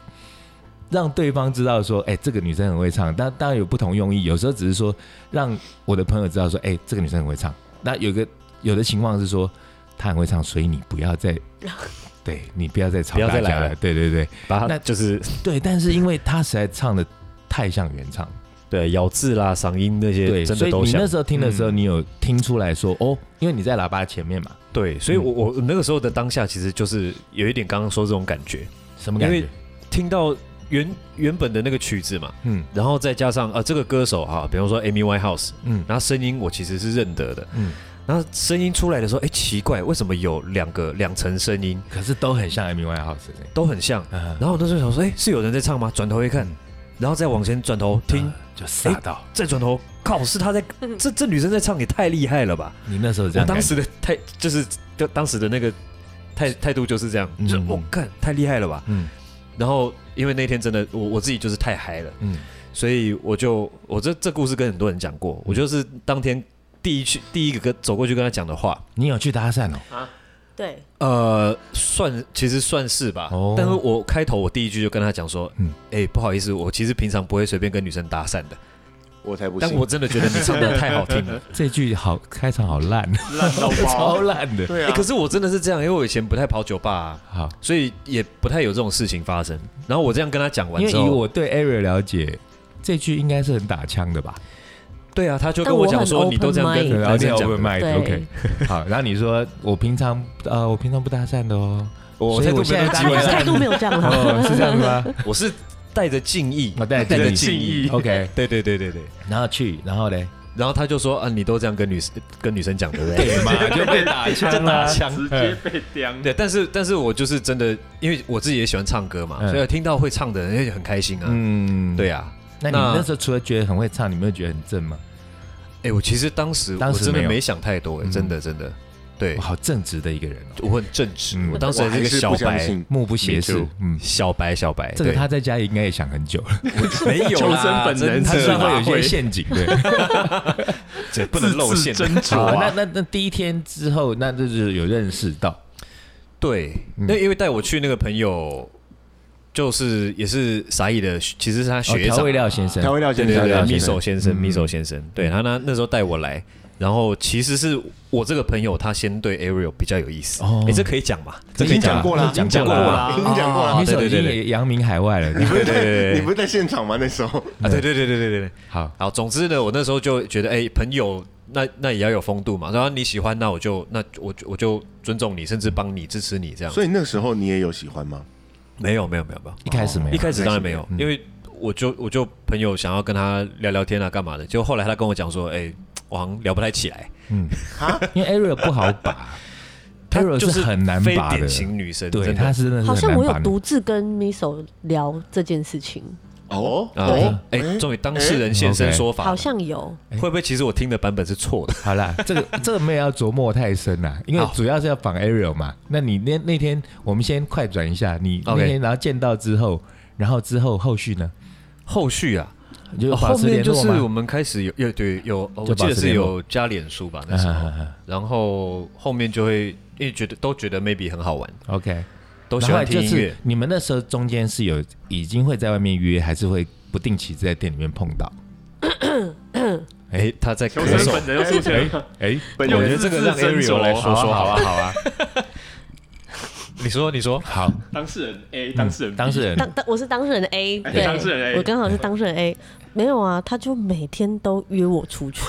Speaker 4: 让对方知道说，哎、这个女生很会唱，但当然有不同用意，有时候只是说让我的朋友知道说，哎、这个女生很会唱。那有个有的情况是说她很会唱，所以你不要再 对你不要再吵
Speaker 3: 不要
Speaker 4: 大
Speaker 3: 再
Speaker 4: 家
Speaker 3: 来
Speaker 4: 了，
Speaker 3: 了
Speaker 4: 对对对
Speaker 3: 把它
Speaker 4: 那
Speaker 3: 就是
Speaker 4: 对。但是因为她实在唱的太像原唱，
Speaker 3: 对咬字啦、嗓音那些
Speaker 4: 对，
Speaker 3: 真
Speaker 4: 所
Speaker 3: 的
Speaker 4: 以
Speaker 3: 都
Speaker 4: 你
Speaker 3: 像
Speaker 4: 那。时候听的时候，
Speaker 6: 嗯
Speaker 4: 你有听出来说哦，因为你在喇叭前面嘛，
Speaker 3: 对，
Speaker 4: 嗯
Speaker 3: 所以我我那个时候的当下，其实就是有一点刚刚说这种感觉，
Speaker 4: 什么感
Speaker 3: 因
Speaker 4: 觉
Speaker 3: 为？听到原原本的那个曲子嘛，
Speaker 4: 嗯
Speaker 3: 然后再加上啊这个歌手哈、比方说 Amy Winehouse，
Speaker 4: 嗯
Speaker 3: 然后声音我其实是认得的，
Speaker 4: 嗯，
Speaker 3: 然后声音出来的时候，哎，奇怪，为什么有两个两层声音
Speaker 4: 可是都很像 M Y House 的声音
Speaker 3: 都很像？
Speaker 4: 嗯
Speaker 3: 然后我那时候想说，哎，是有人在唱吗？转头一看，然后再往前转头听，
Speaker 4: 嗯就吓到。
Speaker 3: 再转头，靠，是 她在，这这女生在唱也太厉害了吧！
Speaker 4: 你那时候这
Speaker 3: 我
Speaker 4: 样感
Speaker 3: 当
Speaker 4: 觉，
Speaker 3: 时的态就是就当时的那个态态度就是这样，
Speaker 4: 嗯
Speaker 3: 就我看太厉害了吧。
Speaker 4: 嗯
Speaker 3: 然后因为那天真的我我自己就是太嗨了，
Speaker 4: 嗯，
Speaker 3: 所以我就我这这故事跟很多人讲过，我就是当天第一去第一个跟走过去跟他讲的话，
Speaker 4: 你有去搭讪哦？
Speaker 5: 对，
Speaker 3: 呃，算其实算是吧，
Speaker 4: 哦
Speaker 3: 但是我开头我第一句就跟他讲说，
Speaker 4: 嗯
Speaker 3: 嗯，哎、不好意思，我其实平常不会随便跟女生搭讪的，
Speaker 1: 我才不信！
Speaker 3: 但我真的觉得你唱的太好听了，
Speaker 4: 这句好开场好烂，
Speaker 6: 烂到
Speaker 4: 超烂的。
Speaker 6: 对
Speaker 1: 啊
Speaker 3: 哎、可是我真的是这样，因为我以前不太跑酒吧、啊。
Speaker 4: 好，
Speaker 3: 所以也不太有这种事情发生。然后我这样跟他讲完
Speaker 4: 因为
Speaker 3: 之
Speaker 4: 以
Speaker 3: 后，
Speaker 4: 我对 Ariel 了解，这句应该是很打枪的吧？
Speaker 3: 对啊，他就
Speaker 5: 但
Speaker 3: 跟我
Speaker 5: 我
Speaker 3: 讲
Speaker 5: 很
Speaker 3: 说，你都这样
Speaker 5: open
Speaker 3: 跟男
Speaker 4: 然后
Speaker 5: mind
Speaker 4: 你
Speaker 3: 生讲
Speaker 4: open
Speaker 3: 的，
Speaker 5: 对
Speaker 4: OK，好，然后你说我平常呃，我平常不搭讪的哦，
Speaker 3: 我
Speaker 4: 所以
Speaker 3: 态
Speaker 4: 我
Speaker 3: 度
Speaker 4: 现
Speaker 3: 没有
Speaker 4: 在
Speaker 5: 他
Speaker 3: 极
Speaker 5: 他
Speaker 3: 为
Speaker 5: 的
Speaker 3: 善
Speaker 5: 态度没有这样啦。
Speaker 4: 哦，是这样子吗？
Speaker 3: 我是带着敬意，
Speaker 4: 我哦带着
Speaker 3: 着
Speaker 4: 敬
Speaker 3: 敬意。
Speaker 4: OK，
Speaker 3: 对对对对对。
Speaker 4: 然后去，然后嘞，
Speaker 3: 然后他就说啊，你都这样跟女生跟女生讲，对不对？
Speaker 4: 嘛 就被打
Speaker 3: 就打枪。
Speaker 6: 直接被刁。
Speaker 3: 对，但是但是我就是真的，因为我自己也喜欢唱歌嘛，
Speaker 4: 嗯
Speaker 3: 所以听到会唱的人也很开心啊。
Speaker 4: 嗯，
Speaker 3: 对。啊，
Speaker 4: 那你
Speaker 3: 那
Speaker 4: 那时候除了觉得很会唱，你没有觉得很正吗？
Speaker 3: 哎，我其实当时
Speaker 4: 当
Speaker 3: 我
Speaker 4: 时
Speaker 3: 真的
Speaker 4: 没有
Speaker 3: 没想太多，哎
Speaker 4: 嗯
Speaker 3: 真的真的。对
Speaker 4: 哇，好正直的一个人哦，
Speaker 3: 我很正直，
Speaker 4: 嗯
Speaker 3: 我当时
Speaker 1: 我还
Speaker 3: 还
Speaker 1: 是
Speaker 3: 是小
Speaker 1: 不相
Speaker 3: 白，
Speaker 1: 信，
Speaker 4: 目不斜
Speaker 2: Me
Speaker 4: 视
Speaker 2: too，
Speaker 4: 嗯，
Speaker 3: 小白小白，
Speaker 4: 这个
Speaker 3: 对
Speaker 4: 他在家应该也想很久了，
Speaker 3: 没有
Speaker 6: 求生
Speaker 3: 啦
Speaker 6: 本
Speaker 3: 真
Speaker 6: 能
Speaker 4: 他
Speaker 3: 的
Speaker 4: 身上会有一些
Speaker 6: 会
Speaker 4: 陷阱，对。
Speaker 3: 这不能露馅。
Speaker 6: 斟酌
Speaker 4: 好，
Speaker 6: 啊
Speaker 4: 那。那那第一天之后，那就是有认识到，
Speaker 3: 对，嗯那因为带我去那个朋友，就是也是傻义的，其实是他
Speaker 4: 哦
Speaker 3: 学
Speaker 4: 调
Speaker 3: 长
Speaker 4: 味，料先生
Speaker 1: 调，味料
Speaker 3: 对
Speaker 1: 先
Speaker 3: 对
Speaker 1: 生，
Speaker 3: 对，
Speaker 4: 料
Speaker 3: 米
Speaker 4: 先生
Speaker 3: 手先生，
Speaker 4: 嗯
Speaker 3: 米手先生，对他那那时候带我来，然后其实是我这个朋友他先对 Ariel 比较有意思，
Speaker 4: 哦
Speaker 3: 哎，这可以讲吧？这
Speaker 1: 已
Speaker 3: 可
Speaker 1: 经
Speaker 3: 以讲
Speaker 1: 讲
Speaker 3: 吧，
Speaker 1: 过了啊，
Speaker 4: 讲
Speaker 3: 过了啊
Speaker 1: 已经讲过了
Speaker 4: 米
Speaker 1: 啊。
Speaker 4: 手已
Speaker 3: 对
Speaker 4: 经
Speaker 3: 对哦
Speaker 4: 也扬名海外了。
Speaker 1: 你不是
Speaker 3: 对对
Speaker 1: 在，
Speaker 3: 对
Speaker 1: 你不是在现场吗？那时候
Speaker 3: 啊，对对对对对对对。
Speaker 4: 好，
Speaker 3: 好，总之呢，我那时候就觉得，哎、朋友那那也要有风度嘛。然后你喜欢，那我就那我我就尊重你，甚至帮你支持你这样。
Speaker 1: 所以那时候你也有喜欢吗？
Speaker 3: 没有没有没有没有，
Speaker 4: 一开始没嗯
Speaker 3: 一
Speaker 4: 有，
Speaker 3: 开始当然没有，因为我就我就朋友想要跟他聊聊天啊，干嘛的？就后来他跟我讲说，哎、我好像聊不太起来。
Speaker 4: 因为 Ariel 不好 把，Ariel
Speaker 3: 就是
Speaker 4: 很难
Speaker 3: 非
Speaker 4: 把的
Speaker 3: 典，型女生，
Speaker 4: 对，
Speaker 3: 真的
Speaker 4: 他是真的是
Speaker 5: 好像
Speaker 4: 很
Speaker 5: 我有
Speaker 4: 难把的。
Speaker 5: 独自跟 Miso 聊这件事情，
Speaker 1: 哦，
Speaker 3: 啊
Speaker 1: 哦，
Speaker 3: 哎、终于当事人现
Speaker 4: 嗯
Speaker 3: 身说法了、
Speaker 5: 嗯好像有。
Speaker 4: 哎
Speaker 3: 会不会其实我听的版本是错 的？
Speaker 4: 好啦，这个这个没有要琢磨太深啦，因为
Speaker 3: 好
Speaker 4: 主要是要仿 Ariel 嘛。那你那那天我们先快转一下，你那
Speaker 3: OK
Speaker 4: 天然后见到之后，然后之后后续呢，
Speaker 3: 后续啊，
Speaker 4: 你就保
Speaker 3: 后
Speaker 4: 持
Speaker 3: 面
Speaker 4: 联
Speaker 3: 就
Speaker 4: 络
Speaker 3: 是我
Speaker 4: 吗？
Speaker 3: 们开始有有对有，我
Speaker 4: 就
Speaker 3: 记
Speaker 4: 保
Speaker 3: 得
Speaker 4: 持
Speaker 3: 是
Speaker 4: 联络啊
Speaker 3: 有加脸书吧那时候，然后后面就会因为觉得都觉得 maybe 很好玩，
Speaker 4: ，OK。
Speaker 3: 都喜
Speaker 4: 然后
Speaker 3: 欢听
Speaker 4: 就
Speaker 3: 音乐
Speaker 4: 是，你们那时候中间是有已经会在外面约，还是会不定期在店里面碰到？
Speaker 3: 哎、他在咳
Speaker 2: 求生
Speaker 3: 嗽
Speaker 2: 本，能又出现了，
Speaker 4: 哎，
Speaker 2: 我
Speaker 3: 我觉得这个让 Ariel 来说说好了，
Speaker 4: 好 啊，
Speaker 3: 你说你说，
Speaker 4: 好，
Speaker 2: 当事人 A，当事人 B，
Speaker 4: 嗯当事人
Speaker 5: 当当我是当事人 A，
Speaker 2: 哎
Speaker 5: 对，
Speaker 2: 当事人 A
Speaker 5: 我刚好是当事人 A。没有啊，他就每天都约我 出去，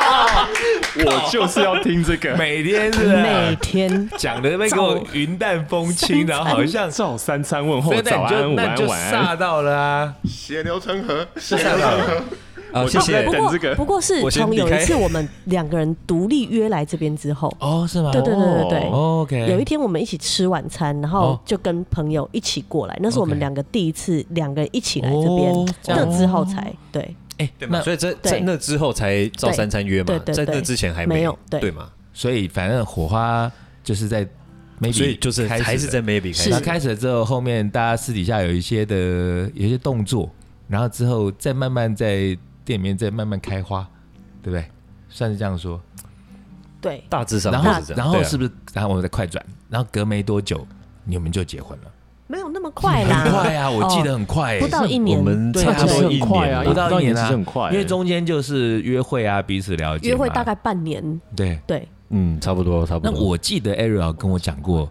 Speaker 2: 我就是要听这 个，
Speaker 4: 每天是
Speaker 3: 啊
Speaker 4: 啊
Speaker 5: 每天
Speaker 4: 讲的那个云淡风轻，然后好像
Speaker 2: 照三餐问候
Speaker 4: 所以，
Speaker 2: 早
Speaker 4: 那你就
Speaker 2: 安、午
Speaker 4: 那你
Speaker 2: 安、
Speaker 4: 就
Speaker 2: 晚安。
Speaker 4: 煞到了啊，
Speaker 1: 血流成河，
Speaker 4: 煞到了。
Speaker 3: 啊，谢谢
Speaker 5: 不
Speaker 2: 等这
Speaker 5: 过
Speaker 2: 个
Speaker 5: 不过是
Speaker 3: 我先
Speaker 5: 从有
Speaker 3: 离
Speaker 5: 一
Speaker 3: 开
Speaker 5: 次我们两个人独立约来这边之后，
Speaker 4: 哦，是吗？
Speaker 5: 对对对对对
Speaker 4: 哦，OK，
Speaker 5: 有一天我们一起吃晚餐，然后就跟朋友一起过来，那是我们
Speaker 4: OK
Speaker 5: 两个第一次两个人一起来这边
Speaker 4: 哦，这
Speaker 5: 那
Speaker 4: 样
Speaker 5: 之后才对，
Speaker 4: 哎，
Speaker 3: 对嘛？
Speaker 4: 那
Speaker 3: 所以这在
Speaker 5: 对
Speaker 3: 那之后才照三餐约嘛
Speaker 5: 对，对对
Speaker 3: 在
Speaker 5: 对
Speaker 3: 那之前还
Speaker 5: 没
Speaker 3: 没
Speaker 5: 有对
Speaker 3: 对嘛？
Speaker 4: 所以反正火花就是在 maybe
Speaker 3: 所以就是
Speaker 4: 开始
Speaker 3: 还是
Speaker 4: 的
Speaker 3: 在 maybe
Speaker 5: 是
Speaker 3: 开
Speaker 4: 那
Speaker 3: 始，
Speaker 4: 开始了之后，后面大家私底下有一些的有一些动作，然后之后再慢慢在店里面再慢慢开花，对不对？算是这样说。
Speaker 5: 对，
Speaker 3: 大致上
Speaker 4: 然
Speaker 3: 都
Speaker 4: 后
Speaker 3: 是这样，
Speaker 4: 然后
Speaker 3: 对啊
Speaker 4: 是不是？然后我们再快
Speaker 5: 啊
Speaker 4: 转，然后隔没多久，你们就结婚了，
Speaker 5: 没有那么快啦，
Speaker 4: 很快啊！我记得
Speaker 5: 哦
Speaker 4: 很快欸、
Speaker 5: 不到一年，
Speaker 3: 我们
Speaker 5: 对
Speaker 3: 差不多
Speaker 5: 对
Speaker 3: 一
Speaker 6: 很快啊，
Speaker 3: 年
Speaker 4: 不到一年
Speaker 6: 其
Speaker 4: 啊
Speaker 6: 实很快欸，
Speaker 4: 因为中间就是约会啊，彼此了解嘛，
Speaker 5: 约会大概半年，
Speaker 4: 对。
Speaker 5: 对，
Speaker 3: 嗯，差不多差不
Speaker 4: 那
Speaker 3: 多。
Speaker 4: 我记得 Ariel 跟我讲过，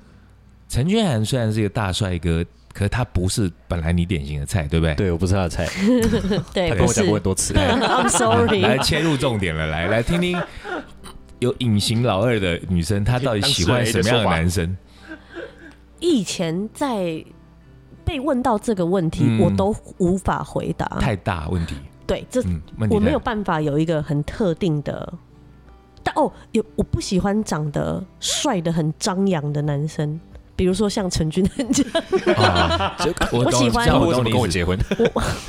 Speaker 4: 陈俊涵虽然是一个大帅哥，可是他不是本来你典型的菜，对不对？
Speaker 3: 对我不是他的菜，
Speaker 5: 对，
Speaker 3: 他跟
Speaker 5: 不
Speaker 3: 我
Speaker 5: 是
Speaker 3: 讲过很多次。
Speaker 5: ，I'm
Speaker 4: 来
Speaker 5: sorry，
Speaker 4: 切入重点了，来来听听有隐形老二的女生，她到底喜欢什么样的男生？
Speaker 5: 嗯以前在被问到这个问题，
Speaker 4: 嗯
Speaker 5: 我都无法回答，
Speaker 4: 太大问题，
Speaker 5: 对，这
Speaker 4: 嗯，问题
Speaker 5: 我
Speaker 4: 太
Speaker 5: 没有办法有一个很特定的，但哦，有我不喜欢长得帅的很张扬的男生，比如说像陈俊恒这样，
Speaker 4: 啊，我
Speaker 5: 我
Speaker 4: 懂，
Speaker 5: 喜欢
Speaker 4: 这样
Speaker 5: 那
Speaker 4: 我
Speaker 3: 为什么
Speaker 4: 懂你
Speaker 3: 跟我
Speaker 4: 意思，
Speaker 3: 结婚？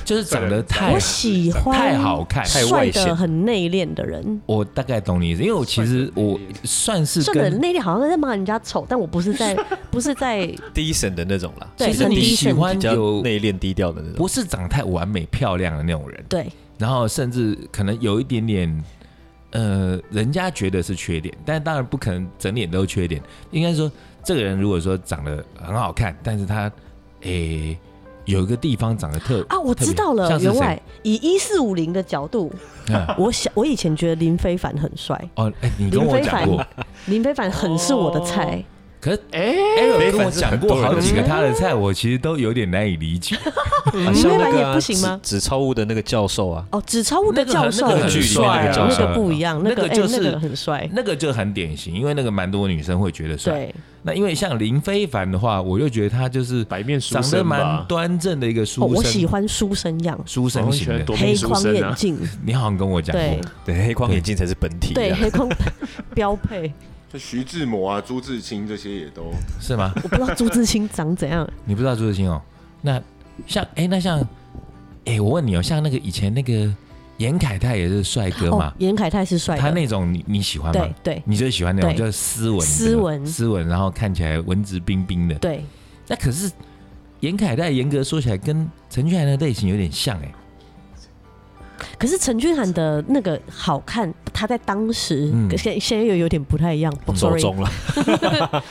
Speaker 4: 就是长得太
Speaker 5: 我喜欢
Speaker 4: 太好看，
Speaker 5: 帅的很内敛的人。
Speaker 4: 我大概懂你意思，因为我其实我算是
Speaker 5: 帅的很
Speaker 4: 跟
Speaker 5: 内敛，好像在骂人家丑，但我不是 在，不是在，
Speaker 3: 低审的那种啦，
Speaker 5: 对
Speaker 4: 其实
Speaker 5: 很
Speaker 4: 你
Speaker 5: 低
Speaker 4: 喜
Speaker 5: 沉
Speaker 4: 欢
Speaker 3: 比较
Speaker 4: 有
Speaker 3: 内敛低调的那种。
Speaker 4: 不是长太完美漂亮的那种人，
Speaker 5: 对
Speaker 4: 然后甚至可能有一点点，呃，人家觉得是缺点，但当然不可能整脸都是缺点。应该说，这个人如果说长得很好看，但是他，诶、有一个地方长得特
Speaker 5: 啊，我知道了
Speaker 4: 特，别像
Speaker 5: 原
Speaker 4: 是
Speaker 5: 来以一四五零的角度，
Speaker 4: 谁啊
Speaker 5: 我想我以前觉得林非凡很帅，
Speaker 4: 哦，哎、你跟我讲过，
Speaker 5: 林非凡很是我的菜，
Speaker 4: 可是
Speaker 6: 哎，
Speaker 4: Ariel 跟我讲过好几个
Speaker 5: 林非凡是很多人
Speaker 4: 他的菜，我其实都有点难以理解。
Speaker 3: 啊
Speaker 5: 林
Speaker 3: 像
Speaker 5: 非
Speaker 3: 那
Speaker 5: 凡
Speaker 3: 个
Speaker 5: 也
Speaker 3: 啊
Speaker 5: 不行吗？
Speaker 3: 纸纸钞屋的那个教授啊，
Speaker 5: 哦，纸钞屋的
Speaker 4: 那个
Speaker 5: 教
Speaker 4: 很
Speaker 5: 授，
Speaker 4: 那个
Speaker 3: 很剧里面那
Speaker 5: 帅
Speaker 3: 个
Speaker 5: 啊
Speaker 3: 教授
Speaker 5: 那个不一样，
Speaker 4: 那
Speaker 5: 那
Speaker 4: 个
Speaker 5: 个哎
Speaker 4: 就是
Speaker 5: 那个很帅，
Speaker 4: 那个就很典型，因为那个蛮多女生会觉得帅。
Speaker 5: 对，
Speaker 4: 那因为像林非凡的话，我就觉得他就是
Speaker 6: 白面书
Speaker 4: 长得
Speaker 6: 生
Speaker 4: 蛮
Speaker 6: 吧，
Speaker 4: 端正的一个书
Speaker 5: 哦，
Speaker 4: 生，
Speaker 5: 我喜欢书生样，
Speaker 4: 书生型的。
Speaker 6: 多面
Speaker 5: 黑
Speaker 6: 书
Speaker 5: 框
Speaker 6: 生
Speaker 5: 眼
Speaker 6: 啊，
Speaker 5: 镜，
Speaker 4: 你好像跟我讲过
Speaker 5: 对，
Speaker 3: 对，黑框眼镜才是本体。啊
Speaker 5: 对，黑框标配。
Speaker 1: 就徐志摩啊、朱自清这些也都
Speaker 4: 是吗？
Speaker 5: 我不知道朱自清长怎样，
Speaker 4: 你不知道朱自清哦？那像哎、那像哎、我问你哦，像那个以前那个严凯泰也是帅哥
Speaker 5: 哦
Speaker 4: 嘛，，
Speaker 5: 严凯泰是帅的，
Speaker 4: 他那种你你喜欢吗
Speaker 5: 对？对
Speaker 4: 你最喜欢那种
Speaker 5: 对
Speaker 4: 就是斯文的、
Speaker 5: 斯文
Speaker 4: 斯文，然后看起来文质彬彬的。
Speaker 5: 对，
Speaker 4: 那可是严凯泰严格说起来跟陈俊涵的类型有点像哎、
Speaker 5: 可是陈俊涵的那个好看，他在当时
Speaker 4: 嗯
Speaker 5: 跟现、现在又有点不太一样。
Speaker 3: 走
Speaker 5: sorry，
Speaker 3: 中了，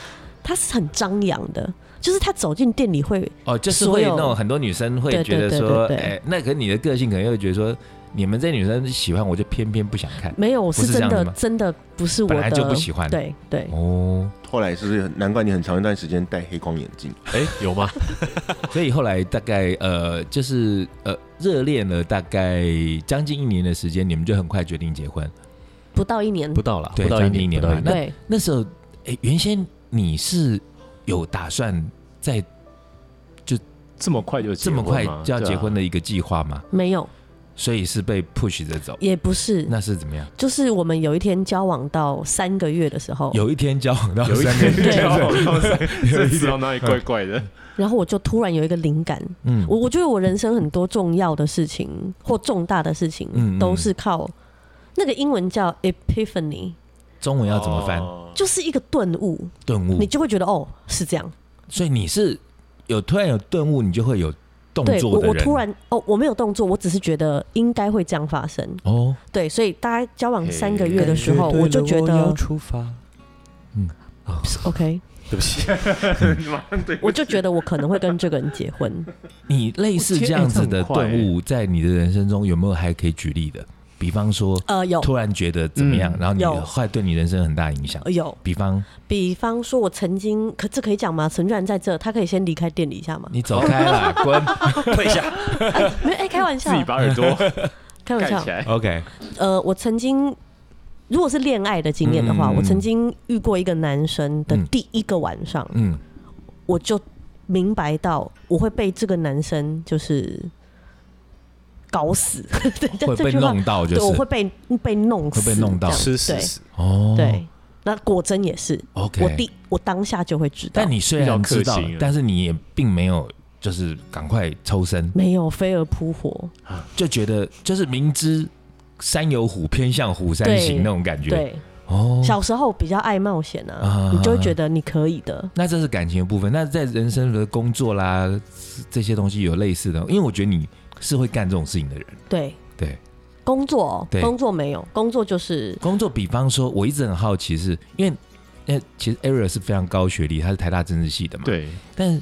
Speaker 5: 他是很张扬的，就是他走进店里会
Speaker 4: 哦，就是
Speaker 5: 所
Speaker 4: 会
Speaker 5: 有
Speaker 4: 那种很多女生会
Speaker 5: 对
Speaker 4: 觉
Speaker 5: 对
Speaker 4: 得
Speaker 5: 对
Speaker 4: 说，
Speaker 5: 对对
Speaker 4: 哎，那可你的个性可能又觉得说，你们这女生喜欢我就偏偏不想看
Speaker 5: 没有，
Speaker 4: 是
Speaker 5: 是真
Speaker 4: 这样
Speaker 5: 的
Speaker 4: 子吗
Speaker 5: 真的不是我的，
Speaker 4: 本来就不喜欢
Speaker 5: 对对，
Speaker 4: 哦，
Speaker 1: 后来是不是很难怪你很长一段时间戴黑框眼镜？
Speaker 3: 哎，有吗？
Speaker 4: 所以后来大概呃，就是呃，热恋了大概将近一年的时间，你们就很快决定结婚。
Speaker 5: 嗯不到一年
Speaker 3: 不，到了，
Speaker 4: 对
Speaker 3: 不到一
Speaker 4: 将近一年
Speaker 3: 不到一
Speaker 4: 吧那
Speaker 5: 对，
Speaker 4: 那时候，哎，原先你是有打算在
Speaker 6: 这么快就结
Speaker 4: 这
Speaker 6: 婚
Speaker 4: 么
Speaker 6: 吗
Speaker 4: 快就要结婚，
Speaker 6: 对
Speaker 4: 的一个计划吗？
Speaker 5: 没有，
Speaker 4: 所以是被 push 着走，
Speaker 5: 也不是，
Speaker 4: 那是怎么样？
Speaker 5: 就是我们有一天交往到三个月的时候，
Speaker 4: 有一天交往到
Speaker 6: 啊 有一
Speaker 4: 三
Speaker 6: 天
Speaker 4: 个
Speaker 5: 对
Speaker 6: 交往到三
Speaker 2: 这词到哪里怪怪的？
Speaker 5: 然后我就突然有一个灵感，
Speaker 4: 嗯
Speaker 5: 我我觉得我人生很多重要的事情或重大的事情，
Speaker 4: 嗯嗯
Speaker 5: 都是靠那个英文叫 epiphany，
Speaker 4: 中
Speaker 3: 哎
Speaker 4: 文要怎么翻？
Speaker 2: 哦
Speaker 5: 就是一个顿悟，
Speaker 4: 顿悟
Speaker 5: 你。就会觉得哦是这样。
Speaker 4: 所以你是有突然有顿悟，你就会有动
Speaker 5: 对我
Speaker 4: 作的
Speaker 5: 我
Speaker 4: 人。
Speaker 5: 突然哦我没有动作，我只是觉得应该会这样发生。
Speaker 4: 哦，
Speaker 5: 对，所以大家交往三个月的时候，我就觉得
Speaker 3: 出发，
Speaker 5: OK，
Speaker 3: 对不起，
Speaker 5: 我就觉得我可能会跟这个人结婚。
Speaker 4: 你类似这样子的顿悟，在你的人生中有没有还可以举例的？比方说，
Speaker 5: 呃，有
Speaker 4: 突然觉得怎么样，
Speaker 6: 嗯
Speaker 4: 然后你
Speaker 5: 有
Speaker 4: 后来对你人生很大影响
Speaker 5: 呃。有，
Speaker 4: 比方
Speaker 5: 比方说，我曾经可这可以讲吗？陈俊然在这，他可以先离开店里一下吗？
Speaker 4: 你走开啦，
Speaker 5: 哦
Speaker 4: 滚。
Speaker 3: 退下，
Speaker 5: 没有，哎、开玩笑
Speaker 2: 自，己把耳朵
Speaker 5: 开玩
Speaker 2: 盖
Speaker 5: 笑
Speaker 2: 起。来，
Speaker 4: OK，
Speaker 5: 呃，我曾经如果是恋爱的经验的话，
Speaker 4: 嗯嗯嗯
Speaker 5: 我曾经遇过一个男生的
Speaker 4: 嗯
Speaker 5: 第一个晚上，
Speaker 4: 嗯，
Speaker 5: 我就明白到我会被这个男生就是搞死， 对
Speaker 4: 会
Speaker 5: 这
Speaker 4: 被
Speaker 5: 句话
Speaker 4: 弄到就
Speaker 5: 对，我会
Speaker 4: 是
Speaker 5: 被被弄死，
Speaker 4: 会被弄到
Speaker 5: 这样
Speaker 3: 吃
Speaker 5: 对
Speaker 3: 屎，
Speaker 4: 哦，
Speaker 5: 对，那果真也是，
Speaker 4: ，OK。
Speaker 5: 我第我当下就会知道。
Speaker 4: 但你虽然知道
Speaker 6: 比较克星，了
Speaker 4: 但是你也并没有就是赶快抽身，
Speaker 5: 没有飞蛾扑火，
Speaker 4: 就觉得就是明知山有虎，偏向虎山行那
Speaker 5: 对
Speaker 4: 种感觉。，
Speaker 5: 对，
Speaker 4: 哦，
Speaker 5: 小时候比较爱冒险
Speaker 4: 啊
Speaker 5: 啊，你就会觉得你可以的。
Speaker 4: 那这是感情的部分。那在人生的工作啦这些东西有类似的，因为我觉得你是会干这种事情的人。
Speaker 5: 对
Speaker 4: 对，
Speaker 5: 工作哦
Speaker 4: 对
Speaker 5: 工作没有，工作就是
Speaker 4: 工作，比方说，我一直很好奇是，因为因为其实 Ariel 是非常高学历，他是台大政治系的嘛。。
Speaker 6: 对，
Speaker 4: 但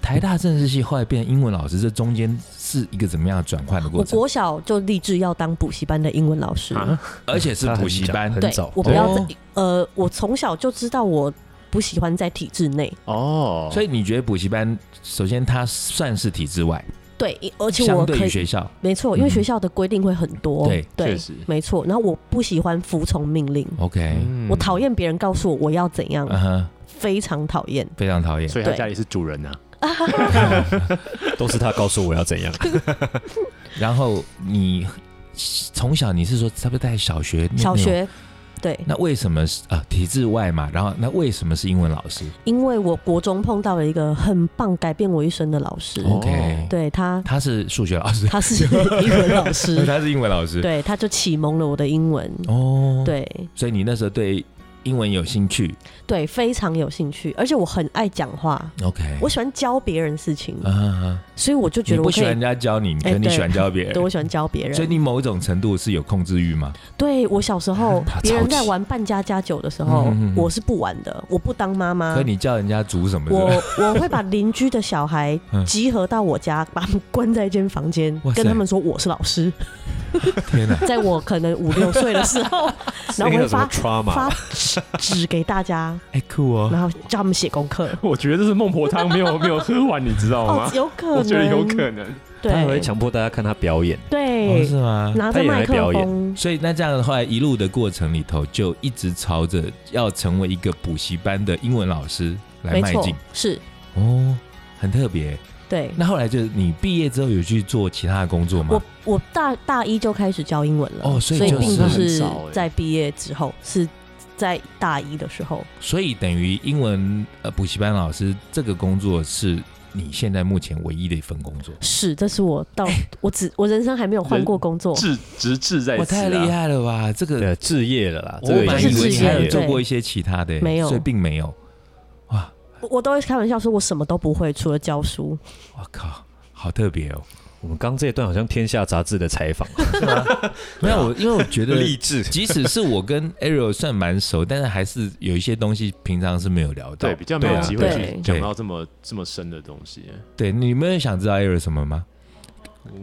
Speaker 4: 台大政治系后来变成英文老师，这中间是一个怎么样的转换的过
Speaker 5: 我
Speaker 4: 程？
Speaker 5: 国小就立志要当补习班的英文老师，
Speaker 6: 啊
Speaker 4: 而且是补习班，
Speaker 3: 很
Speaker 5: 对
Speaker 3: 早，
Speaker 5: 我不要
Speaker 4: 哦
Speaker 5: 在呃，我从小就知道我不喜欢在体制内，
Speaker 6: 哦，
Speaker 4: 所
Speaker 6: 以
Speaker 4: 以你觉得补习班，首先它算是体制外，
Speaker 5: 对，而且
Speaker 4: 相
Speaker 5: 我
Speaker 4: 对
Speaker 5: 可
Speaker 4: 于
Speaker 5: 以
Speaker 4: 学校，
Speaker 5: 没错，因为
Speaker 4: 嗯
Speaker 5: 学校的规定会很多，
Speaker 4: 对哦
Speaker 6: 确
Speaker 5: 对，
Speaker 6: 实，
Speaker 5: 没错。然后我不喜欢服从命令，
Speaker 4: OK，
Speaker 6: 嗯
Speaker 5: 我讨，厌别人告诉我我要怎样，
Speaker 4: 嗯哼，
Speaker 5: 非常讨 厌。
Speaker 4: 非常讨厌。
Speaker 6: 所以他
Speaker 5: 对
Speaker 6: 家里是主人啊，
Speaker 3: 都是他告诉我要 怎样，
Speaker 4: 然后你从小你是说差不多在小学那
Speaker 5: 小，
Speaker 4: 那种
Speaker 5: 学，对，
Speaker 4: 那为什么是啊、体制外嘛？然后那为什么是英文老师、
Speaker 5: 因为我国中碰到了一个很棒、改变我一生的老师，
Speaker 4: o k
Speaker 5: 对他，
Speaker 4: 他是数学老师，
Speaker 5: 他是英文老 师，
Speaker 4: 他是英文老师，
Speaker 5: 对，他就启蒙了我的英文，
Speaker 4: 哦，，
Speaker 5: 对
Speaker 4: 所以你那时候对英文有兴趣
Speaker 5: 对，非常有兴趣，而且我很爱讲话，
Speaker 4: ，OK，
Speaker 5: 我喜欢教别人事情，
Speaker 4: 啊啊，啊
Speaker 5: 所以我就觉
Speaker 4: 你
Speaker 5: 得我
Speaker 4: 不
Speaker 5: 可
Speaker 4: 喜欢
Speaker 5: 以
Speaker 4: 人，家教你，可
Speaker 5: 哎
Speaker 4: 是你
Speaker 5: 对
Speaker 4: 喜欢教别人，
Speaker 5: 对我喜欢教别
Speaker 4: 所以
Speaker 5: 人。
Speaker 4: 你某种程度是有控制欲吗？
Speaker 5: 对我小 时候
Speaker 3: 他，
Speaker 5: 别人
Speaker 3: 超级
Speaker 5: 在玩扮家家酒的时候
Speaker 4: 嗯嗯嗯，
Speaker 5: 我是不玩的，我不当妈妈
Speaker 4: 可。你叫人家煮什么的？
Speaker 5: 嗯我我会把邻居的小孩
Speaker 4: 嗯
Speaker 5: 集合到我家，把他们关在一间房间
Speaker 4: 哇，塞
Speaker 5: 跟他们说我是老师。
Speaker 4: 天哪！
Speaker 5: 在我可能五六岁的时候，然后我
Speaker 3: 那个
Speaker 5: 会
Speaker 3: 什么
Speaker 5: 发
Speaker 3: trauma，
Speaker 5: 发纸纸给大家，
Speaker 4: 哎，酷哦！
Speaker 5: 然后叫他们写功课。
Speaker 2: 我觉得这是孟婆汤没有 没有喝完，你知道
Speaker 5: 哦
Speaker 2: 吗，？
Speaker 5: 有可能，
Speaker 2: 我觉得有可能，
Speaker 3: 他还会
Speaker 5: 对
Speaker 3: 强迫大家看他表演，
Speaker 4: 哦，
Speaker 5: 对，
Speaker 4: 是吗？
Speaker 5: 拿着麦克风，
Speaker 4: 所以那这样的话，一路的过程里头，就一直朝着要成为一个补习班的英文老师来
Speaker 5: 没
Speaker 4: 迈
Speaker 5: 错
Speaker 4: 进，
Speaker 5: 是
Speaker 4: 哦，很特别。
Speaker 5: 对。
Speaker 4: 那后来就是你毕业之后有去做其他的工作吗
Speaker 5: 我？我大大一就开始教英文了，
Speaker 4: 哦所
Speaker 5: 所
Speaker 4: 以就是
Speaker 5: 并不
Speaker 6: 那
Speaker 5: 是
Speaker 6: 很早欸
Speaker 5: 在毕业之后，是在大一的时候。
Speaker 4: 所以等于英文呃补习班老师这个工作是你现在目前唯一的一份工作。
Speaker 5: 是，这是我到我只我人生还没有换过工作，
Speaker 6: 志直志在
Speaker 4: 我
Speaker 6: 此
Speaker 4: 太厉
Speaker 6: 啊！
Speaker 4: 害了吧！这个
Speaker 3: 呃，置业了啦，
Speaker 4: 我
Speaker 3: 这个
Speaker 4: 本来
Speaker 3: 已
Speaker 4: 以
Speaker 3: 经
Speaker 4: 为
Speaker 5: 是
Speaker 4: 你
Speaker 5: 置业
Speaker 4: 还有
Speaker 5: 对
Speaker 4: 做过一些其他的、
Speaker 5: 没有
Speaker 4: 所以并没有。哇，
Speaker 5: 我我都会开玩笑说我什么都不会，除了教书。
Speaker 4: 我靠，好特别哦！
Speaker 3: 我们刚这一段好像《天下》杂志的采访，
Speaker 4: 没
Speaker 5: 啊
Speaker 4: 有，我因为我觉 得，
Speaker 3: 励志。
Speaker 4: 即使是我跟 Ariel 算蛮熟，但是还是有一些东西平常是没有聊到。啊
Speaker 6: 对，比较没
Speaker 3: 啊
Speaker 6: 有机会
Speaker 5: 对
Speaker 6: 去讲到这么这么深的东西。
Speaker 4: 对，你们有想知道 Ariel 什么吗？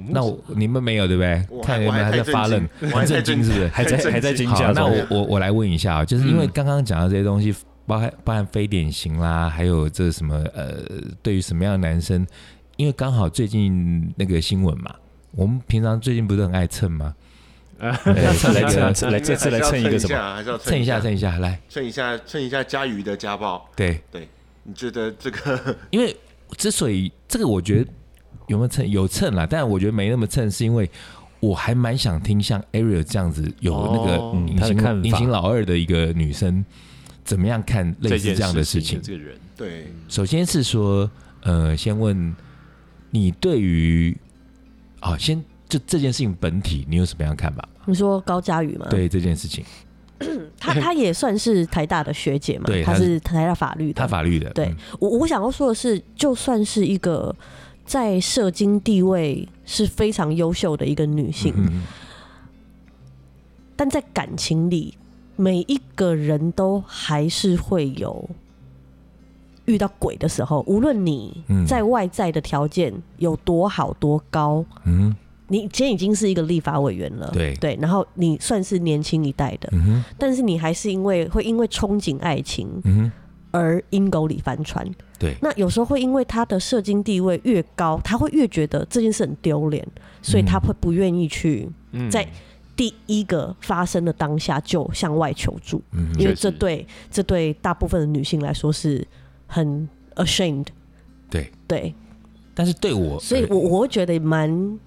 Speaker 4: 那我你们没有对不对？
Speaker 1: 我
Speaker 4: 看你
Speaker 1: 我
Speaker 4: 们还
Speaker 1: 还
Speaker 4: 在
Speaker 1: 太
Speaker 4: 发愣
Speaker 1: 震，惊我
Speaker 4: 很
Speaker 1: 还太
Speaker 4: 震惊是不是？
Speaker 3: 还在还在惊吓
Speaker 4: 好，那
Speaker 3: 中，
Speaker 4: 我我我来问一下啊，就是因为
Speaker 6: 嗯
Speaker 4: 刚刚讲到这些东西，包含包含非典型啦，还有这什么呃，对于什么样的男生，因为刚好最近那个新闻嘛，我们平常最近不是很爱蹭吗？
Speaker 3: 对
Speaker 4: 要蹭
Speaker 3: 来
Speaker 4: 一个，
Speaker 3: 蹭来这次来蹭一个什么？
Speaker 1: 么？还是要
Speaker 4: 蹭一下，蹭一下，来，
Speaker 1: 蹭一下，蹭一下佳瑜的家暴。
Speaker 4: 对，
Speaker 1: 你觉得这
Speaker 3: 嗯
Speaker 1: 个
Speaker 4: 因为之所以这个，我觉得有没有蹭有蹭啦，但我觉得没那么蹭，是因为我还蛮想听像 Ariel 这样子有那个
Speaker 6: 哦
Speaker 3: 嗯
Speaker 4: 隐
Speaker 3: 他的
Speaker 4: 形、
Speaker 3: 看法
Speaker 4: 隐形老二的一个女生，怎么样看类似
Speaker 6: 件
Speaker 4: 这样的
Speaker 6: 事
Speaker 4: 事情？
Speaker 6: 这个人
Speaker 1: 对
Speaker 4: 首先是说，呃，先问你对于啊、先就这件事情本体，你有什么样的看法？
Speaker 5: 你说高佳宇吗？，
Speaker 4: 对这件事情，
Speaker 5: 她她也算是台大的学姐嘛，
Speaker 4: 对
Speaker 5: 她
Speaker 4: 她是
Speaker 5: 是台大法律的。
Speaker 4: 他法律的，
Speaker 5: 对
Speaker 4: 嗯
Speaker 5: 我我想要说的是，就算是一个在社经地位是非常优秀的一个女性，
Speaker 4: 嗯嗯
Speaker 5: 但在感情里，每一个人都还是会有遇到鬼的时候。无论你
Speaker 4: 嗯
Speaker 5: 在外在的条件有多好多高，
Speaker 4: 嗯
Speaker 5: 你今天已经是一个立法委员了，
Speaker 4: 对
Speaker 5: 对，然后你算是年轻一代的，
Speaker 4: 嗯哼
Speaker 5: 但是你还是因为会因为憧憬爱情
Speaker 4: 嗯哼，
Speaker 5: 而阴沟里翻船。
Speaker 4: 对
Speaker 5: 那有时候会因为他的社经地位越高，他会越觉得这件事很丢脸，所以他
Speaker 4: 嗯
Speaker 5: 会不愿意去
Speaker 6: 嗯
Speaker 5: 在第一个发生的当下就向外求助，
Speaker 4: 嗯哼，
Speaker 5: 因
Speaker 6: 确
Speaker 5: 为
Speaker 6: 实
Speaker 5: 这对这对大部分的女性来说是很 ashamed。
Speaker 4: 对
Speaker 5: 对，
Speaker 4: 但是对我，
Speaker 5: 所以我我会觉得蛮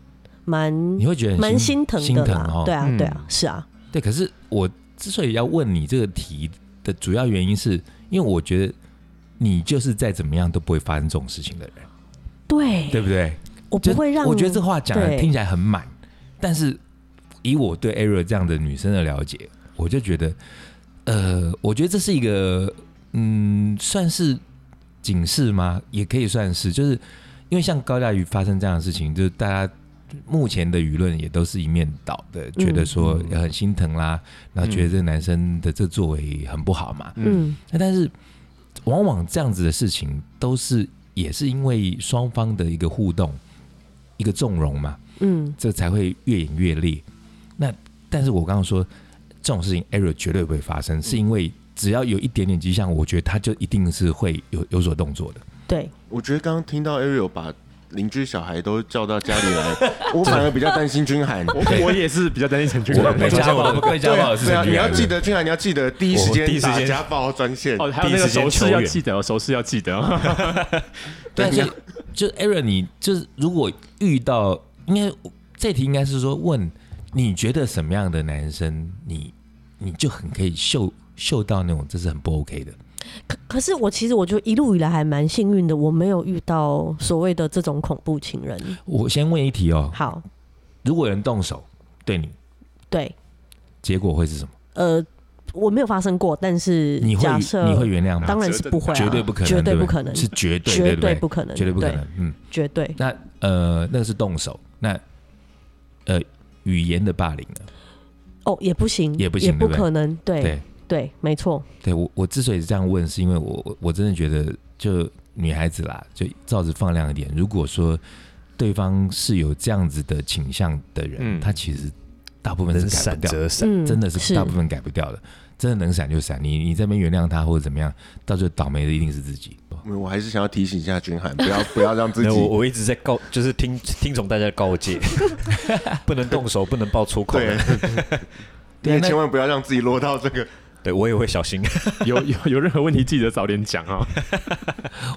Speaker 5: 蛮
Speaker 4: 你会觉得很
Speaker 5: 蛮
Speaker 4: 心
Speaker 5: 心疼
Speaker 4: 心
Speaker 5: 的
Speaker 4: 疼
Speaker 5: 啦。
Speaker 4: 哦，
Speaker 5: 对啊
Speaker 6: 嗯，
Speaker 5: 对啊，是啊，
Speaker 4: 对，可是我之所以要问你这个题的主要原因是，因为我觉得你就是再怎么样都不会发生这种事情的人，
Speaker 5: 对，
Speaker 4: 对不对？
Speaker 5: 我
Speaker 4: 就
Speaker 5: 不会让
Speaker 4: 我觉得这话讲的
Speaker 5: 对
Speaker 4: 听起来很满，但是以我对 Ariel 这样的女生的了解，我就觉得，呃，我觉得这是一个，嗯，算是警示吗？也可以算是，就是因为像高佳瑜发生这样的事情，就是大家。目前的舆论也都是一面倒的，觉
Speaker 5: 嗯
Speaker 4: 得说很心疼啦，然后觉得这个男生的这作为很不好嘛，
Speaker 5: 嗯
Speaker 4: 那哎但是往往这样子的事情都是也是因为双方的一个互动、一个纵容嘛，
Speaker 5: 嗯
Speaker 4: 这才会越演越烈。那但是我刚刚说这种事情 error 绝对不会发生，是因为只要有一点点迹象，我觉得他就一定是会有有所动作的。
Speaker 5: 对，
Speaker 1: 我觉得刚刚听到 Ariel 把邻居小孩都叫到家里来， 我反而比较担心君涵。
Speaker 6: 我我也是比较担心陈俊
Speaker 4: 我
Speaker 6: 仁
Speaker 4: 被家暴，被家暴的事
Speaker 1: 对啊，
Speaker 4: 情，
Speaker 1: 你要记。得君涵，你要记得第一时
Speaker 3: 我第一
Speaker 1: 间
Speaker 3: 时间
Speaker 1: 打家暴专线。
Speaker 6: 哦，还有那个手
Speaker 3: 第一时间
Speaker 6: 势
Speaker 3: 求
Speaker 6: 要
Speaker 3: 援
Speaker 6: 记得哦，手势要记得哦。
Speaker 4: 对，
Speaker 1: 对
Speaker 4: 所以就 Aaron，你就是如果遇到，应该这题应该是说问你觉得什么样的男生，你你就很可以嗅嗅到那种这是很不 OK 的。
Speaker 5: 可可是我其实我就一路以来还蛮幸运的，我没有遇到所谓的这种恐怖情人。
Speaker 4: 我先问一题哦，
Speaker 5: 好，
Speaker 4: 如果有人动手对你，
Speaker 5: 对，
Speaker 4: 结果会是什么？
Speaker 5: 呃，我没有发生过，但是
Speaker 4: 你会
Speaker 5: 假设
Speaker 4: 你会原谅吗？
Speaker 5: 当然是不会、啊，
Speaker 4: 绝对不可能，
Speaker 5: 绝对
Speaker 4: 对
Speaker 5: 不
Speaker 4: 不
Speaker 5: 可能，
Speaker 4: 是绝对，
Speaker 5: 绝
Speaker 4: 对
Speaker 5: 对
Speaker 4: 不
Speaker 5: 不可
Speaker 4: 对，
Speaker 5: 能，
Speaker 4: 绝对不可
Speaker 5: 对，
Speaker 4: 能。嗯，
Speaker 5: 绝对。
Speaker 4: 那呃，那个是动手，那呃，语言的霸凌呢？
Speaker 5: 哦，也不行，
Speaker 4: 也不行对不对
Speaker 5: 可能，对
Speaker 4: 对
Speaker 5: 对没错，
Speaker 4: 对我，我之所以这样问，是因为我我我真的觉得，就女孩子啦，就罩子放亮一点。如果说对方是有这样子的倾向的人，
Speaker 6: 嗯
Speaker 4: 他其实大部分
Speaker 3: 能
Speaker 4: 是改
Speaker 3: 闪
Speaker 4: 不掉，
Speaker 3: 则闪，
Speaker 5: 嗯，
Speaker 4: 真的是
Speaker 5: 是
Speaker 4: 大部分改不掉的。真的能闪就闪，你你这边原谅他或者怎么样，到最后倒霉的一定是自己。
Speaker 1: 我还是想要提醒一下君涵，不 要不要让自
Speaker 3: 没有，我
Speaker 1: 己
Speaker 3: 我一直在告，就是听听从大家的告诫，不能动手，不能爆粗口。
Speaker 1: 对
Speaker 3: 对，，
Speaker 1: 你
Speaker 4: 对
Speaker 1: 也
Speaker 4: 啊那
Speaker 1: 千万不要让自己落到这个。
Speaker 3: 我也会小心。
Speaker 6: 有有有任何问题记得早点讲啊。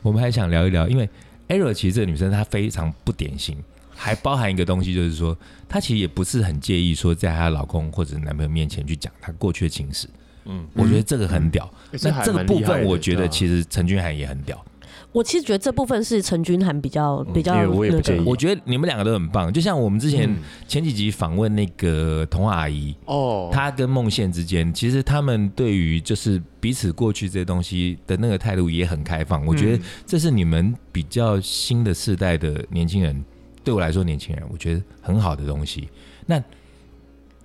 Speaker 4: 我们还想聊一聊，因为 Ariel 其实这个女生她非常不典型，还包含一个东西，就是说她其实也不是很介意说在她老公或者男朋友面前去讲她过去的情史。嗯
Speaker 3: 嗯，
Speaker 4: 我觉得这个很屌。
Speaker 6: 嗯
Speaker 3: 啊
Speaker 4: 那这个部分，我觉得
Speaker 6: 实
Speaker 4: 其实陈俊涵也很屌。
Speaker 5: 我其实觉得这部分是陈君涵比较
Speaker 3: 嗯
Speaker 5: 比较
Speaker 3: 因
Speaker 5: 那
Speaker 3: 为
Speaker 5: 个，
Speaker 3: 我也不介意
Speaker 4: 我觉得你们两个都很棒，就像我们之前
Speaker 3: 嗯
Speaker 4: 前几集访问那个童话阿姨，
Speaker 2: 哦，
Speaker 4: 她跟梦宪之间，其实他们对于就是彼此过去这些东西的那个态度也很开放。我觉得这是你们比较新的世代的年轻人，对我来说年轻人，我觉得很好的东西。那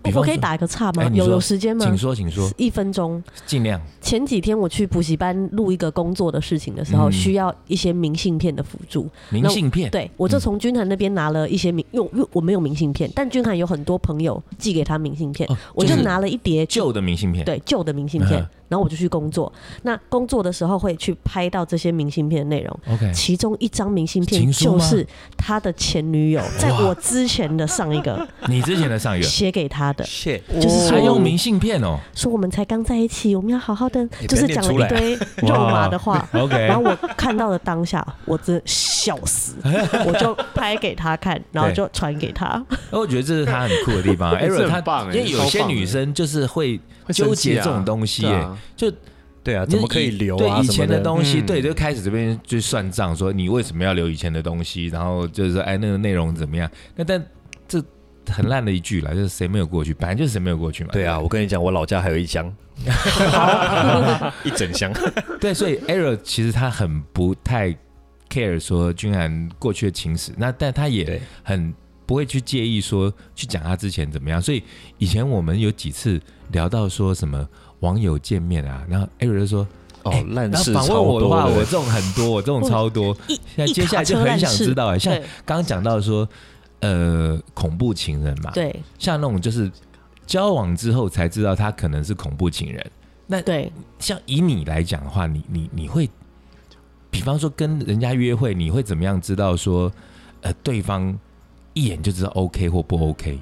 Speaker 4: 比方
Speaker 5: 我可以
Speaker 4: 说
Speaker 5: 打一个岔吗？
Speaker 4: 哎你
Speaker 5: 有
Speaker 4: 说
Speaker 5: 有时间吗？
Speaker 4: 请说，请说，
Speaker 5: 一分钟。
Speaker 4: 尽量。
Speaker 5: 前几天我去补习班录一个工作的事情的时候，
Speaker 4: 嗯
Speaker 5: 需要一些明信片的辅助。
Speaker 4: 明信片，嗯
Speaker 5: 对我就从君涵那边拿了一些明，因为我因为我没有明信片，但君涵有很多朋友寄给他明信片，
Speaker 4: 哦
Speaker 5: 我就
Speaker 4: 就是
Speaker 5: 拿了一叠
Speaker 4: 旧的明信片，
Speaker 5: 对旧的明信片
Speaker 4: 嗯，
Speaker 5: 然后我就去工作。那工作的时候会去拍到这些明信片的内容。
Speaker 4: ，OK，
Speaker 5: 其中一张明信片
Speaker 4: 情书
Speaker 5: 就
Speaker 4: 吗
Speaker 5: 是他的前女友，在
Speaker 4: 哇
Speaker 5: 我之前的上 一个
Speaker 4: 你之前的上一个
Speaker 5: 写给他的，
Speaker 3: 谢，
Speaker 5: 就
Speaker 4: 还
Speaker 5: 是说
Speaker 4: 用明信片哦
Speaker 5: 说我们才刚在一起，我们要好好的，
Speaker 3: 你不
Speaker 5: 就是
Speaker 3: 要
Speaker 5: 讲
Speaker 3: 念出
Speaker 5: 了
Speaker 3: 来啊
Speaker 5: 一堆肉麻 的话。
Speaker 4: ，OK，
Speaker 5: 然后我看到的当下，我真笑 死，我就拍给他看，然后就传给他。
Speaker 4: 我觉得这是他很酷的地方。
Speaker 2: 这
Speaker 4: Ariel
Speaker 2: 很
Speaker 4: 他
Speaker 2: 棒哎
Speaker 4: 因为有
Speaker 2: 超
Speaker 4: 些
Speaker 2: 棒的
Speaker 4: 女生就是会
Speaker 2: 会生
Speaker 4: 纠
Speaker 2: 气
Speaker 4: 结
Speaker 2: 啊
Speaker 4: 这种东西
Speaker 2: 对
Speaker 4: 耶，
Speaker 2: 啊
Speaker 4: 就
Speaker 3: 对啊，
Speaker 4: 就
Speaker 3: 怎
Speaker 4: 是
Speaker 3: 么可以
Speaker 4: 以
Speaker 3: 留啊？
Speaker 4: 对以前
Speaker 3: 什么
Speaker 4: 的东西，
Speaker 2: 嗯
Speaker 4: 对，就开始这边就算账，说你为什么要留以前的东西，然后就是说哎那个内容怎么样？那但这很烂的一句啦，就是谁没有过去，本来就是谁没有过去嘛。
Speaker 3: 对啊，我跟你讲，我老家还有一箱， 一整箱。
Speaker 4: 对， 所以 Ariel 其实他很不太 care 说君涵过去的情史，那但他也
Speaker 3: 对
Speaker 4: 很不会去介意说去讲他之前怎么样。所以以前我们有几次聊到说什么网友见面啊，然后 Ariel 就说。
Speaker 3: 哦
Speaker 4: 哎
Speaker 3: 烂
Speaker 4: 那
Speaker 3: 事
Speaker 4: 访问
Speaker 3: 超
Speaker 4: 我的话，
Speaker 3: 多的
Speaker 4: 我这种很多，我 这种超多。
Speaker 5: 一
Speaker 4: 现在接下来就很想知道哎、像
Speaker 5: 对
Speaker 4: 刚刚讲到说，呃，恐怖情人嘛，，
Speaker 5: 对
Speaker 4: 像那种就是交往之后才知道他可能是恐怖情人，
Speaker 5: 对，
Speaker 4: 像以你来讲的话，你你你会，比方说跟人家约会，你会怎么样知道说，呃，对方一眼就知道 OK 或不 OK，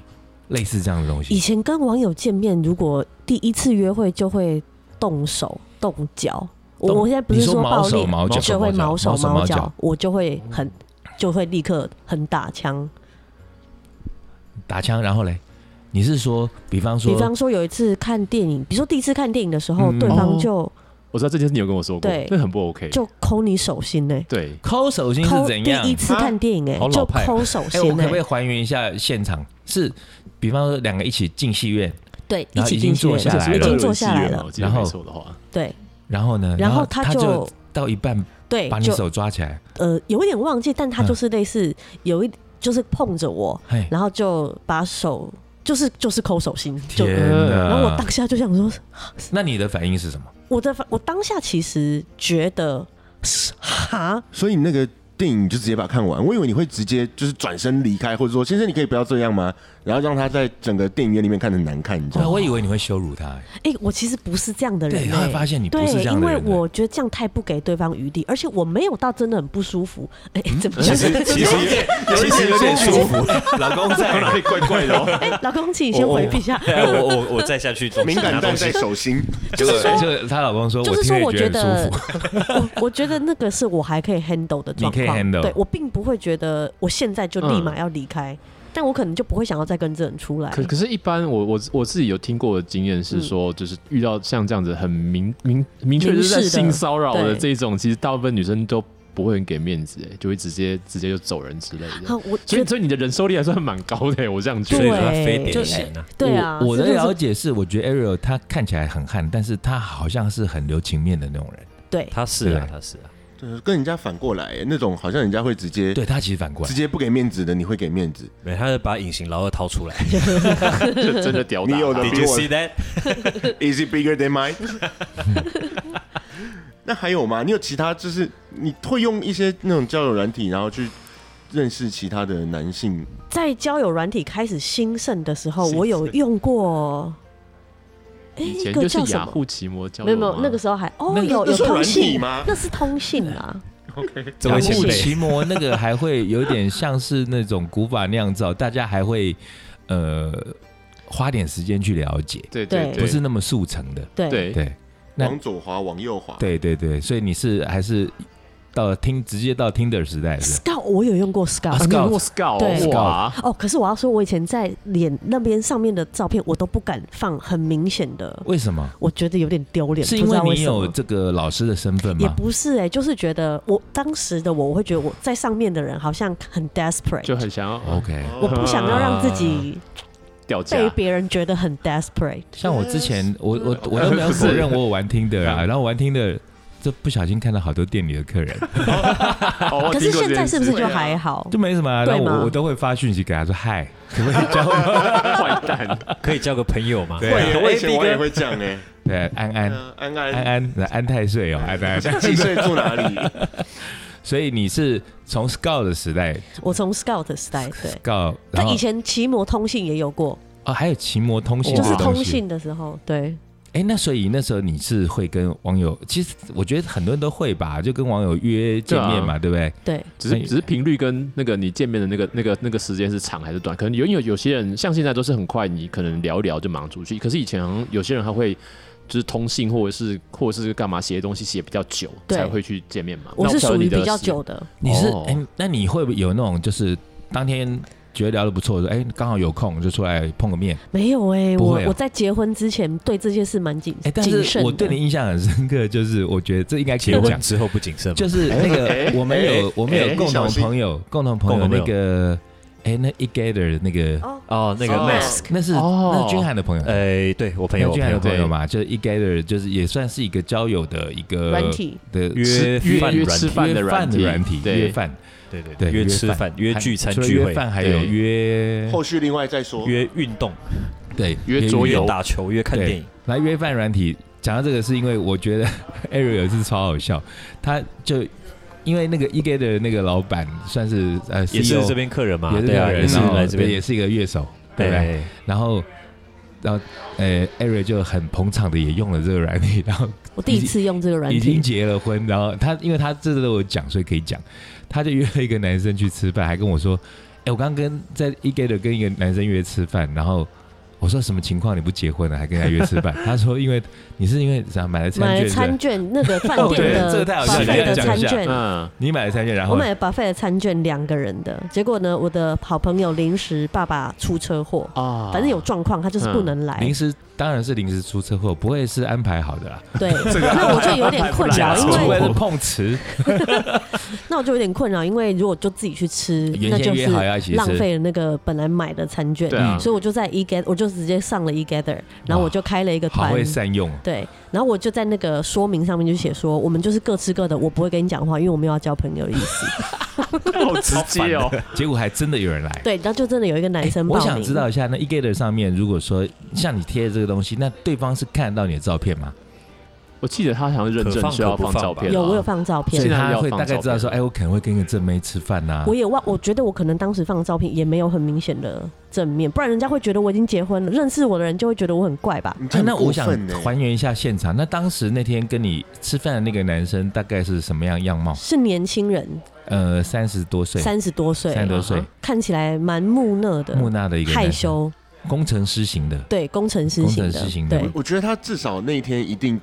Speaker 4: 类似这样的东
Speaker 5: 以
Speaker 4: 西？
Speaker 5: 前跟网友见面，如果第一次约会就会动手动脚，我
Speaker 4: 动
Speaker 5: 我现在不
Speaker 4: 你
Speaker 5: 是
Speaker 4: 说毛
Speaker 5: 暴
Speaker 4: 手
Speaker 5: 力，
Speaker 4: 毛脚，
Speaker 5: 就会毛手
Speaker 4: 毛毛嗯
Speaker 5: 脚，，我就会很就会立刻很打枪。
Speaker 4: 打枪，然后嘞，你是说，比方说，
Speaker 5: 比方说有一次看电影，比如说第一次看电影的时候，
Speaker 4: 嗯
Speaker 5: 对方就、
Speaker 2: 我知道这件事你有跟我说过，
Speaker 5: 对
Speaker 2: 这很不 OK。
Speaker 5: 就抠你手心呢、
Speaker 2: 对，
Speaker 4: 抠手心是
Speaker 5: 抠第
Speaker 4: 怎样？
Speaker 5: 一次看电影哎、
Speaker 4: 好
Speaker 5: 就
Speaker 4: 老派啊
Speaker 5: 抠手
Speaker 4: 哎、我
Speaker 5: 心
Speaker 4: 可
Speaker 5: 哎、
Speaker 4: 不可以还原一下现场？是，比方说两个一起进戏院，
Speaker 5: 对，一
Speaker 4: 然后
Speaker 5: 起
Speaker 4: 已经
Speaker 5: 进去
Speaker 4: 坐下
Speaker 5: 了
Speaker 4: 来
Speaker 5: 已
Speaker 4: 了哦
Speaker 5: 经坐下来
Speaker 2: 了，
Speaker 5: 了
Speaker 2: 我，记得没错的话，
Speaker 5: 对
Speaker 4: 嗯然后呢，
Speaker 5: 然后他
Speaker 4: 他就
Speaker 5: 就
Speaker 4: 到一半
Speaker 5: 对
Speaker 4: 把，你
Speaker 5: 就
Speaker 4: 手抓起来，
Speaker 5: 呃有一点忘记，但他
Speaker 4: 嗯
Speaker 5: 就是类似有一就是碰着我，
Speaker 4: 嘿，
Speaker 5: 然后就把手就是就是抠手心，就嗯
Speaker 4: 天啊
Speaker 2: 呃
Speaker 4: 哪！
Speaker 5: 然后我当哦下就想说，
Speaker 4: 那你的反应是什么？
Speaker 5: 我的我当下其实觉得是哈，
Speaker 1: 所以你那个电影你就直接把它看完。我以为你会直接就是转身离开，或者说先生你可以不要这样吗？然后让他在整个电影院里面看着难看，你知
Speaker 4: 对啊，
Speaker 1: 道吗
Speaker 4: 我？以为你会羞辱他、欸
Speaker 5: 哎、我其实不是这样的人、
Speaker 4: 对，
Speaker 5: 欸，
Speaker 4: 后来发现你不
Speaker 5: 对，
Speaker 4: 是这样
Speaker 5: 因
Speaker 4: 的
Speaker 5: 为
Speaker 4: 人、欸。
Speaker 5: 我觉得这样太不给对方余地，而且我没有到真的很不舒服。哎、
Speaker 4: 嗯
Speaker 5: 怎 么讲？
Speaker 3: 其实有点，其实有点舒服。老公在哪里？
Speaker 2: 怪怪的哦。
Speaker 5: 哎、老公，请你先回避一下。
Speaker 3: 对啊，我我我再下去 做
Speaker 1: 敏感带
Speaker 3: 东
Speaker 1: 在
Speaker 3: 西。
Speaker 1: 手心，
Speaker 5: 就是 说，
Speaker 4: 就她老公说，
Speaker 5: 就是说，我
Speaker 4: 我
Speaker 5: 觉
Speaker 4: 听了也
Speaker 5: 得
Speaker 4: 很舒服。，
Speaker 5: 我我觉得那个是我还可以 handle 的
Speaker 4: 你
Speaker 5: 状况。
Speaker 4: 可以 handle 嗯
Speaker 5: 对我并不会觉得我现在就立马要离开，但我可能就不会想要再跟这人出来。
Speaker 2: 可可是，一般我我我自己有听过的经验是
Speaker 5: 嗯
Speaker 2: 说，就是遇到像这样子很明明明确就是在
Speaker 5: 明示的
Speaker 2: 性骚扰的
Speaker 5: 对
Speaker 2: 这种，其实大部分女生都不会很给面子，哎，就会直接直接就走人之类
Speaker 5: 好
Speaker 2: 的。，
Speaker 5: 我
Speaker 2: 所
Speaker 5: 觉
Speaker 2: 以，
Speaker 5: 得
Speaker 2: 所以你的忍受力还算蛮高的，哎我这样觉
Speaker 3: 所以
Speaker 2: 得。
Speaker 3: 说他
Speaker 5: 对
Speaker 3: 非典
Speaker 4: 就是
Speaker 3: 型啊，
Speaker 5: 对啊，
Speaker 4: 我我的
Speaker 5: 这就是
Speaker 4: 了解是，我觉得 Ariel 他看起来很悍，但是他好像是很留情面的那种人。
Speaker 5: 对
Speaker 3: 他是啊
Speaker 4: 对，
Speaker 3: 他是啊。
Speaker 1: 对跟人家反过来那种，好像人家会直接
Speaker 4: 对他其实反过
Speaker 1: 直
Speaker 4: 来，
Speaker 1: 接不给面子的，你会给面子。
Speaker 3: 没，他是把隐形老二掏出来。
Speaker 2: 就真的屌打
Speaker 1: 你有的
Speaker 3: Did you see that？
Speaker 1: Is it bigger than mine？那还有吗？你有其他就是你会用一些那种交友软体，然后去认识其他的男性？
Speaker 5: 在交友软体开始兴盛的时候，
Speaker 1: 兴盛
Speaker 5: 我有用过。哎，
Speaker 2: 以
Speaker 5: 一
Speaker 2: 前
Speaker 5: 个
Speaker 2: 就
Speaker 5: 叫
Speaker 2: 是
Speaker 5: 什
Speaker 2: 雅
Speaker 5: 么？
Speaker 2: 虎奇摩交友
Speaker 5: 没有没有，
Speaker 2: 吗
Speaker 5: 那个时候还哦
Speaker 4: 那个
Speaker 5: 有
Speaker 1: 那
Speaker 5: 有
Speaker 1: 算
Speaker 5: 通
Speaker 1: 软体
Speaker 5: 信
Speaker 1: 吗
Speaker 5: 那是通信啊，
Speaker 3: 这位
Speaker 4: 仰
Speaker 3: 前
Speaker 4: 慕
Speaker 3: 辈
Speaker 4: 奇魔那个还会有点像是那种古法酿 造，大家还会呃花点时间去了解，
Speaker 2: 对
Speaker 5: 对
Speaker 4: 不
Speaker 2: 对，
Speaker 4: 是那么速成的。
Speaker 5: 对，
Speaker 2: 对
Speaker 4: 对
Speaker 2: 对
Speaker 4: 那
Speaker 1: 往左滑，往右滑。
Speaker 4: 对对对，所以你是还是到听直接到 Tinder 时代 是
Speaker 5: Scout 我有用过
Speaker 2: 啊
Speaker 5: Scout，
Speaker 4: Scout
Speaker 6: 用过 Scout，
Speaker 5: 对
Speaker 6: 哇，
Speaker 5: 哦，可是我要说，我以前在脸那边上面的照片，我都不敢放很明显的，
Speaker 4: 为什么？
Speaker 5: 我觉得有点丢脸。
Speaker 4: 是因
Speaker 5: 不知
Speaker 4: 为
Speaker 5: 道为
Speaker 4: 你
Speaker 5: 什
Speaker 4: 有
Speaker 5: 么
Speaker 4: 这个老师的身份
Speaker 5: 也
Speaker 4: 吗？
Speaker 5: 不是哎、就是觉得我当时的我，我会觉得我在上面的人好像很 desperate，
Speaker 6: 就很想要
Speaker 4: OK，
Speaker 5: 我不想要让自己
Speaker 6: 掉价。
Speaker 5: 被别人觉得很 desperate。
Speaker 4: 像我之前，我我 我都没有否认我有玩 Tinder 啊，然后玩 Tinder，这不小心看到好多店里的客人，
Speaker 6: 哦我
Speaker 5: 可是
Speaker 6: 听过
Speaker 5: 现
Speaker 6: 这
Speaker 5: 在
Speaker 6: 件
Speaker 5: 是
Speaker 6: 事
Speaker 5: 不是就还好
Speaker 4: 就？没什么、啊。
Speaker 5: 对
Speaker 4: 然后
Speaker 5: 吗
Speaker 4: 我我都会发讯息给他说嗨，可不可以教我？
Speaker 6: 坏蛋？
Speaker 3: 可以交个朋友吗？
Speaker 4: 对啊
Speaker 1: 我以前我也
Speaker 3: 会
Speaker 1: 会这样哎，
Speaker 4: 对，呃安安
Speaker 1: 嗯安
Speaker 4: 安
Speaker 1: 安
Speaker 4: 安安太岁
Speaker 5: 嗯
Speaker 4: 哦，安安。
Speaker 1: 几岁住哪里？
Speaker 4: 所以你是从 Scout 的时代
Speaker 5: 我从 Scout 时代对，
Speaker 4: Scout，然
Speaker 5: 但
Speaker 4: 后
Speaker 5: 以前骑摩通信也有过，
Speaker 4: 哦还有奇摩通信
Speaker 5: 就
Speaker 4: 这
Speaker 5: 是
Speaker 4: 个东
Speaker 5: 通
Speaker 4: 西
Speaker 5: 信的时候，对，
Speaker 4: 哎，那所以那时候你是会跟网友，其实我觉得很多人都会吧，就跟网友约见
Speaker 3: 啊
Speaker 4: 面嘛，对不对？
Speaker 5: 对，
Speaker 6: 只是只是频率跟那个你见面的那个那个那个时间是长还是短？可能有有有些人像现在都是很快，你可能聊一聊就忙出去。可是以前好像有些人他会就是通信或者是或者是干嘛写东西写比较久
Speaker 5: 对
Speaker 6: 才会去见面嘛。
Speaker 5: 我
Speaker 6: 那
Speaker 5: 是
Speaker 6: 不晓得
Speaker 5: 属于
Speaker 6: 你的
Speaker 5: 比较
Speaker 6: 时
Speaker 5: 久的，
Speaker 4: 你是
Speaker 6: 哦
Speaker 4: 哎、那你会不会有那种就是当天觉得聊得不错，说哎刚好有空就出来碰个面？
Speaker 5: 没有哎、
Speaker 4: 不
Speaker 5: 我
Speaker 4: 会啊
Speaker 5: 我在结婚之前对这些事蛮谨
Speaker 4: 哎，但
Speaker 5: 谨
Speaker 4: 是
Speaker 5: 慎
Speaker 4: 我对
Speaker 5: 的
Speaker 4: 你。印象很深刻，就是我觉得这应该可
Speaker 3: 结
Speaker 4: 以
Speaker 3: 婚
Speaker 4: 讲，
Speaker 3: 之后不谨慎吗？
Speaker 4: 就是那
Speaker 3: 哎
Speaker 4: 个我们有我们有共同朋友，共同朋友
Speaker 3: 共同朋
Speaker 4: 那
Speaker 3: 友
Speaker 4: 个哎那 e gather 那个
Speaker 5: 哦，
Speaker 3: 哦，那个
Speaker 5: 哦
Speaker 3: Max，
Speaker 4: 那是
Speaker 6: 哦
Speaker 4: 那是君汉的朋友。
Speaker 3: 哎，对我朋
Speaker 4: 那
Speaker 3: 友，我
Speaker 4: 君
Speaker 3: 朋
Speaker 4: 汉的
Speaker 3: 友
Speaker 4: 朋友嘛，就是 e gather，就是也算是一个交友的一个
Speaker 5: 软体
Speaker 4: 的
Speaker 3: 约
Speaker 6: 约
Speaker 3: 饭
Speaker 6: 约
Speaker 3: 软
Speaker 6: 吃
Speaker 3: 体
Speaker 6: 饭的
Speaker 4: 约
Speaker 6: 软
Speaker 4: 饭
Speaker 6: 体
Speaker 4: 的软体，
Speaker 6: 对
Speaker 4: 约饭
Speaker 3: 对对
Speaker 4: 对
Speaker 3: 约吃饭、约
Speaker 4: 还
Speaker 3: 聚餐、
Speaker 4: 除了
Speaker 3: 聚
Speaker 4: 约
Speaker 3: 会、
Speaker 4: 饭还有
Speaker 6: 对
Speaker 4: 约
Speaker 1: 后续另外再说。
Speaker 3: 约运动、
Speaker 4: 对
Speaker 6: 约桌
Speaker 3: 约
Speaker 6: 游
Speaker 3: 打球、约看
Speaker 4: 对
Speaker 3: 电影。
Speaker 4: 来约饭软体。讲到这个，是因为我觉得 Ariel 有一次超好笑，他就因为那个 e g 的那个老板算是呃 CEO，
Speaker 3: 也是这边客人嘛，
Speaker 4: 也是
Speaker 3: 对啊，
Speaker 4: 个
Speaker 3: E 也
Speaker 4: 人，
Speaker 3: 是
Speaker 4: 然后
Speaker 3: 来这
Speaker 4: 对
Speaker 3: 边，
Speaker 4: 也是一个乐手，对不对？
Speaker 3: 对，
Speaker 4: 然后。然后，呃，Ariel 就很捧场的也用了这个软体，然后
Speaker 5: 我第一次用这个软
Speaker 4: 已经
Speaker 5: 体，
Speaker 4: 结了婚，然后他因为他这个都有讲，所以可以讲。他就约了一个男生去吃饭，还跟我说：“哎、我刚跟在 e g a 的跟一个男生约吃饭，然后我说什么情况？你不结婚啊了还跟人家约吃饭？”他说：“因为你是因为啥买了餐
Speaker 5: 买了
Speaker 4: 券是不是
Speaker 5: 餐券，那个饭
Speaker 4: 哦
Speaker 5: 店
Speaker 4: 对这
Speaker 5: 的
Speaker 4: 个太好笑了
Speaker 5: buffet
Speaker 4: 你要
Speaker 5: 的
Speaker 4: 讲一
Speaker 5: 餐
Speaker 4: 下
Speaker 5: 券，
Speaker 6: 嗯，
Speaker 4: 你买了餐券，然
Speaker 5: 我
Speaker 4: 后
Speaker 5: 买了 buffet 的餐券两个人的，结果呢，我的好朋友临时爸爸出车祸，
Speaker 6: 啊
Speaker 5: 反正有状况，他就是不能来。
Speaker 4: 临时当然是临时出车祸，不会是安排好的啦，
Speaker 5: 对，那我就有点困扰，
Speaker 3: 安排
Speaker 5: 因
Speaker 3: 不来
Speaker 4: 除 非
Speaker 5: 为
Speaker 4: 是碰瓷。
Speaker 5: 那我就有点困扰，因为如果就自己去吃，
Speaker 4: 原
Speaker 5: 那
Speaker 4: 先
Speaker 5: 就
Speaker 4: 约
Speaker 5: 是
Speaker 4: 好要一起吃
Speaker 5: 浪费了那个本来买的餐券
Speaker 6: 对
Speaker 4: 嗯
Speaker 6: 啊，
Speaker 5: 所以我就在 e get，我就直接上了 e gather，然后我就开了一个
Speaker 4: 好
Speaker 5: 团
Speaker 4: 会。善用，
Speaker 5: 对，然后我就在那个说明上面就写说，我们就是各吃各的，我不会跟你讲话，因为我们要交朋友的意 思。
Speaker 6: 好直接哦，
Speaker 4: 结果还真的有人来。
Speaker 5: 对，然后就真的有一个男
Speaker 4: 哎
Speaker 5: 生报
Speaker 4: 我
Speaker 5: 名，
Speaker 4: 想知道一下，那 e g a t e r 上面如果说像你贴的这个东西，那对方是看得到你的照片吗？
Speaker 6: 我记得他好像认
Speaker 3: 可
Speaker 6: 证
Speaker 3: 放
Speaker 6: 需要
Speaker 3: 可不
Speaker 6: 放
Speaker 3: 放
Speaker 6: 照
Speaker 3: 吧
Speaker 6: 片啊，
Speaker 4: 哦
Speaker 5: 有我有放照片
Speaker 4: 所以，他
Speaker 6: 要
Speaker 4: 会
Speaker 6: 放
Speaker 4: 大概
Speaker 6: 照
Speaker 4: 知道说，
Speaker 6: 片
Speaker 4: 哎，我可能会跟个正妹吃饭啊呐、
Speaker 5: 我也忘，我觉得我可能当时放的照片也没有很明显的正面，不然人家会觉得我已经结婚了，认识我的人就会觉得我很欸怪吧。
Speaker 1: 你
Speaker 4: 哎
Speaker 1: 真的
Speaker 4: 那
Speaker 1: 很
Speaker 4: 我
Speaker 1: 过
Speaker 4: 想
Speaker 1: 分呢
Speaker 4: 还原一下现场。那当时那天跟你吃饭的那个男生大概是什么样样貌？
Speaker 5: 是年轻人，
Speaker 4: 呃，三十多岁，
Speaker 5: 三十多岁，
Speaker 4: 三十多岁，呃
Speaker 5: 看起来蛮木讷的，
Speaker 4: 木讷的一个男
Speaker 5: 害
Speaker 4: 生，
Speaker 5: 羞，
Speaker 4: 工程师型的。
Speaker 5: 对，工程师型
Speaker 4: 工程
Speaker 5: 的，
Speaker 4: 师型的
Speaker 5: 对，
Speaker 1: 我觉得他至少那一天一定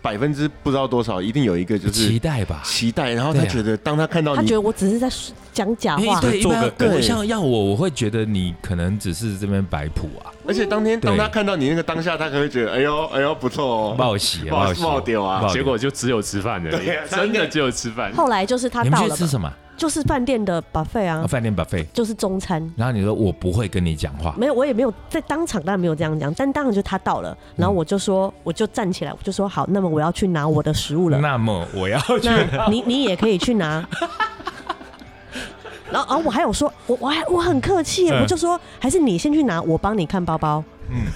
Speaker 1: 百分之不知道多少，一定有一个就是
Speaker 4: 期待吧，
Speaker 1: 期待，然后他
Speaker 4: 对啊
Speaker 1: 觉得当他看到
Speaker 5: 他
Speaker 1: 你
Speaker 5: 觉，得我只是在讲假
Speaker 4: 因为
Speaker 5: 话，
Speaker 4: 哎对一
Speaker 3: 做个
Speaker 4: 般
Speaker 1: 梗
Speaker 4: 我像要我，我会觉得你可能只是这边摆谱啊，
Speaker 1: 而且当天
Speaker 4: 对
Speaker 1: 当他看到你那个当下，他可能会觉得哎呦哎呦不错哦，
Speaker 4: 冒喜啊，
Speaker 1: 冒
Speaker 4: 喜，
Speaker 1: 冒掉啊
Speaker 4: 冒
Speaker 6: 结果就只有吃饭而已
Speaker 1: 对啊，
Speaker 6: 真的只有吃饭。
Speaker 5: 后来就是他
Speaker 4: 你们
Speaker 5: 到
Speaker 4: 去
Speaker 5: 了
Speaker 4: 吃
Speaker 5: 嘛，
Speaker 4: 什么？
Speaker 5: 就是饭店的 buffet 啊
Speaker 4: 啊，饭店 buffet。
Speaker 5: 就是中餐。
Speaker 4: 然后你说我不会跟你讲话，
Speaker 5: 没有，我也没有在当场，当然没有这样讲，但当然就他到了，
Speaker 4: 嗯
Speaker 5: 然后我就说，我就站起来，我就说好，那么我要去拿我的食物了。
Speaker 4: 那么我要去
Speaker 5: 那你你也可以去拿。 然后，然后我还有说，我我还我很客气，
Speaker 4: 嗯
Speaker 5: 我就说还是你先去拿，我帮你看包包，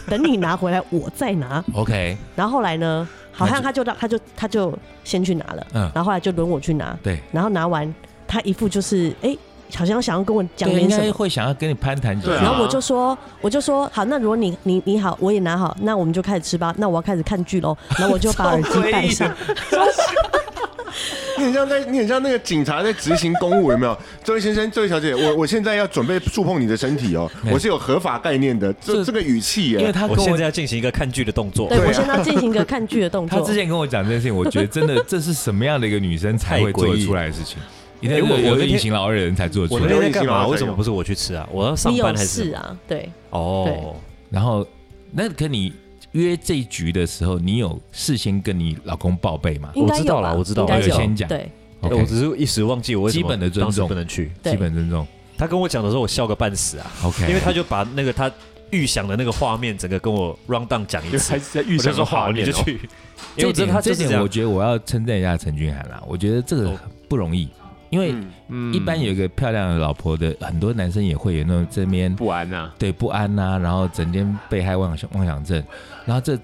Speaker 5: 等你拿回来我再拿。
Speaker 4: OK，
Speaker 5: 然后后来呢，好
Speaker 4: 那
Speaker 5: 像
Speaker 4: 就
Speaker 5: 他就让他就他就先去拿了，
Speaker 4: 嗯
Speaker 5: 然后后来就轮我去拿，
Speaker 4: 对，
Speaker 5: 然后拿完他一副就是哎、好像想要跟我讲
Speaker 4: 对
Speaker 5: 点
Speaker 4: 应
Speaker 5: 什
Speaker 4: 该
Speaker 5: 么。
Speaker 4: 会想要跟你攀谈几句
Speaker 6: 对啊
Speaker 5: 然后我就说，我就说好，那如果你你你好，我也拿 啊好，那我们就开始吃吧。那我要开始看剧喽。然后我就把耳机戴上，
Speaker 1: 你很像在，你很像那个警察在执行公务，有没有？这位先生，这位小姐，我我现在要准备触碰你的身体哦，我是有合法概念的，这
Speaker 4: 这
Speaker 1: 这个语气
Speaker 4: 因为
Speaker 1: 耶，
Speaker 4: 他
Speaker 3: 我
Speaker 4: 跟
Speaker 3: 现在
Speaker 4: 我。
Speaker 3: 要进行一个看剧的动作，
Speaker 5: 对我现在进行一个看剧的动
Speaker 4: 他
Speaker 5: 作
Speaker 4: 之。前跟我讲这件事情，我觉得真的这是什么样的一个女生才会做得出来的事情，一定
Speaker 3: 哎我
Speaker 4: 是
Speaker 3: 我
Speaker 4: 有
Speaker 3: 那
Speaker 4: 个
Speaker 3: 天
Speaker 4: 隐形老二的人才做得
Speaker 3: 我
Speaker 4: 出
Speaker 3: 那
Speaker 4: 来。
Speaker 3: 天在干嘛？
Speaker 1: 我
Speaker 3: 为什么不是我去吃啊？我要上
Speaker 5: 你有
Speaker 3: 班还是
Speaker 5: 事？啊？对，
Speaker 3: 哦，
Speaker 4: 然后，那可你约这一局的时候，你有事先跟你老公报备吗？
Speaker 5: 应该
Speaker 3: 我知道
Speaker 5: 有
Speaker 3: 啦
Speaker 5: 吧？
Speaker 3: 我知道
Speaker 5: 应该
Speaker 4: 我有先
Speaker 5: 有。
Speaker 4: 讲
Speaker 5: 对
Speaker 3: 哎
Speaker 4: OK
Speaker 3: 我只是一时忘记我为什么
Speaker 4: 基本的尊重
Speaker 3: 当时不能去。
Speaker 4: 哦
Speaker 5: 对，
Speaker 4: 基本尊重。
Speaker 3: 他跟我讲的时候，我笑个半死 啊，
Speaker 4: OK，
Speaker 3: 因为他就把那个他预想的那个画面整个跟我 round down 讲一
Speaker 6: 就还
Speaker 3: 次。
Speaker 6: 是在预
Speaker 3: 我就
Speaker 6: 想
Speaker 3: 说
Speaker 6: 的
Speaker 3: 好，
Speaker 6: 画
Speaker 3: 你
Speaker 6: 面
Speaker 3: 就
Speaker 6: 哦。
Speaker 3: 去。因为
Speaker 4: 这
Speaker 3: 我真
Speaker 4: 点
Speaker 3: 的他
Speaker 4: 这
Speaker 3: 就是这
Speaker 4: 点，
Speaker 3: 样
Speaker 4: 我。觉得我要称赞一下陈俊涵啦。我觉得这个
Speaker 3: 哦
Speaker 4: 不容易，因为
Speaker 1: 嗯
Speaker 6: 嗯
Speaker 4: 一般有一个漂亮的老婆的，很多男生也会有那种这边
Speaker 6: 不安
Speaker 3: 啊
Speaker 6: 呐，
Speaker 4: 对不安呐、然后整天被害妄想妄想症，然后这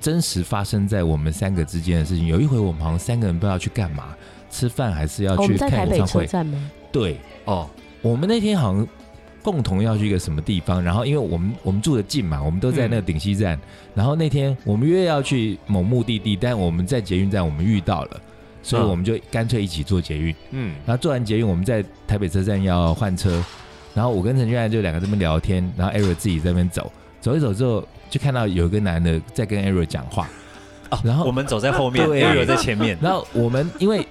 Speaker 4: 真实发生在我们三个之间的事情。有一回我们好像三个人不知道去干嘛，吃饭还是要
Speaker 5: 哦我
Speaker 4: 去
Speaker 5: 们在台
Speaker 4: 看演
Speaker 5: 北
Speaker 4: 唱
Speaker 5: 车
Speaker 4: 会？
Speaker 5: 站吗？
Speaker 4: 对，
Speaker 3: 哦，
Speaker 4: 我们那天好像共同要去一个什么地方，然后因为我们我们住的近嘛，我们都在那个顶溪站，然后那天我们约要去某目的地，但我们在捷运站我们遇到了。所以
Speaker 3: 嗯
Speaker 4: 我们就干脆一起坐捷运，
Speaker 6: 嗯，
Speaker 4: 然后坐完捷运，我们在台北车站要换车，然后我跟陈俊安就两个这边聊天，然后 Ariel 自己在那边走，走一走之后就看到有一个男的在跟 Ariel 讲话，
Speaker 3: 哦
Speaker 4: 然后
Speaker 3: 我们走在后 面
Speaker 4: 对
Speaker 3: ，Ariel 在前面。
Speaker 4: 然后我们因为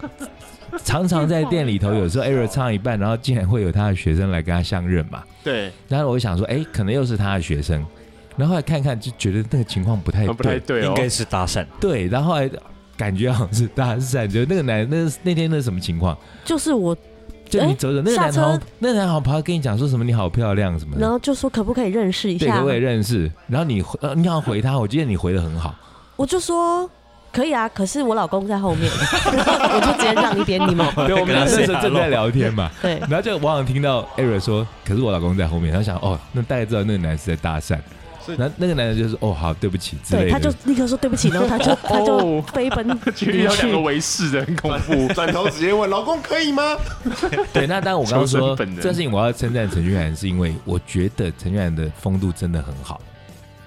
Speaker 4: 常常在店里头，有时候 Ariel 唱一半，然后竟然会有他的学生来跟他相认嘛，
Speaker 1: 对，
Speaker 4: 然后我就想说，哎、可能又是他的学生，然后后来看看就觉得那个情况不太
Speaker 6: 啊
Speaker 4: 对，
Speaker 6: 不太对
Speaker 3: 应
Speaker 6: 哦，
Speaker 3: 该是搭讪，
Speaker 4: 对，然后后来感觉好像是搭讪，就那个男那那天那什么情况，
Speaker 5: 就是我，
Speaker 4: 嗯就你走走，那个
Speaker 5: 下
Speaker 4: 男的好像
Speaker 5: 车
Speaker 4: 那个男的好像跑来跟你讲说什么你好漂亮什么
Speaker 5: 然
Speaker 4: 的，
Speaker 5: 后就说可不可以认识一
Speaker 4: 对，
Speaker 5: 下
Speaker 4: 我？也认识，然后你回呃你好像回他，我记得你回的很好，
Speaker 5: 我就说可以啊，可是我老公在后面， 我就直接让一边你们。
Speaker 4: 对，我们
Speaker 3: 跟他
Speaker 4: 俩 那
Speaker 3: say
Speaker 4: 时候正在
Speaker 3: hello
Speaker 4: 聊天嘛，
Speaker 5: 对，
Speaker 4: 然后就往往听到 Eric 说，可是我老公在后面，然后想哦，那大概知道那个男的是在搭讪
Speaker 1: 所以，
Speaker 4: 然后那个男的就说哦好对不起之类
Speaker 5: 对，
Speaker 4: 的，哦
Speaker 5: 他就立刻说对不起，然后他 就他就飞奔
Speaker 6: 就遇
Speaker 5: 离
Speaker 6: 到两个
Speaker 5: 去。
Speaker 6: 为士的，很恐怖。
Speaker 1: 转头直接问老公可以吗？
Speaker 4: 对，那当然我刚
Speaker 6: 求
Speaker 4: 刚说
Speaker 6: 生本能
Speaker 4: 这事情，我要称赞陈俊涵，是因为我觉得陈俊涵的风度真的很好。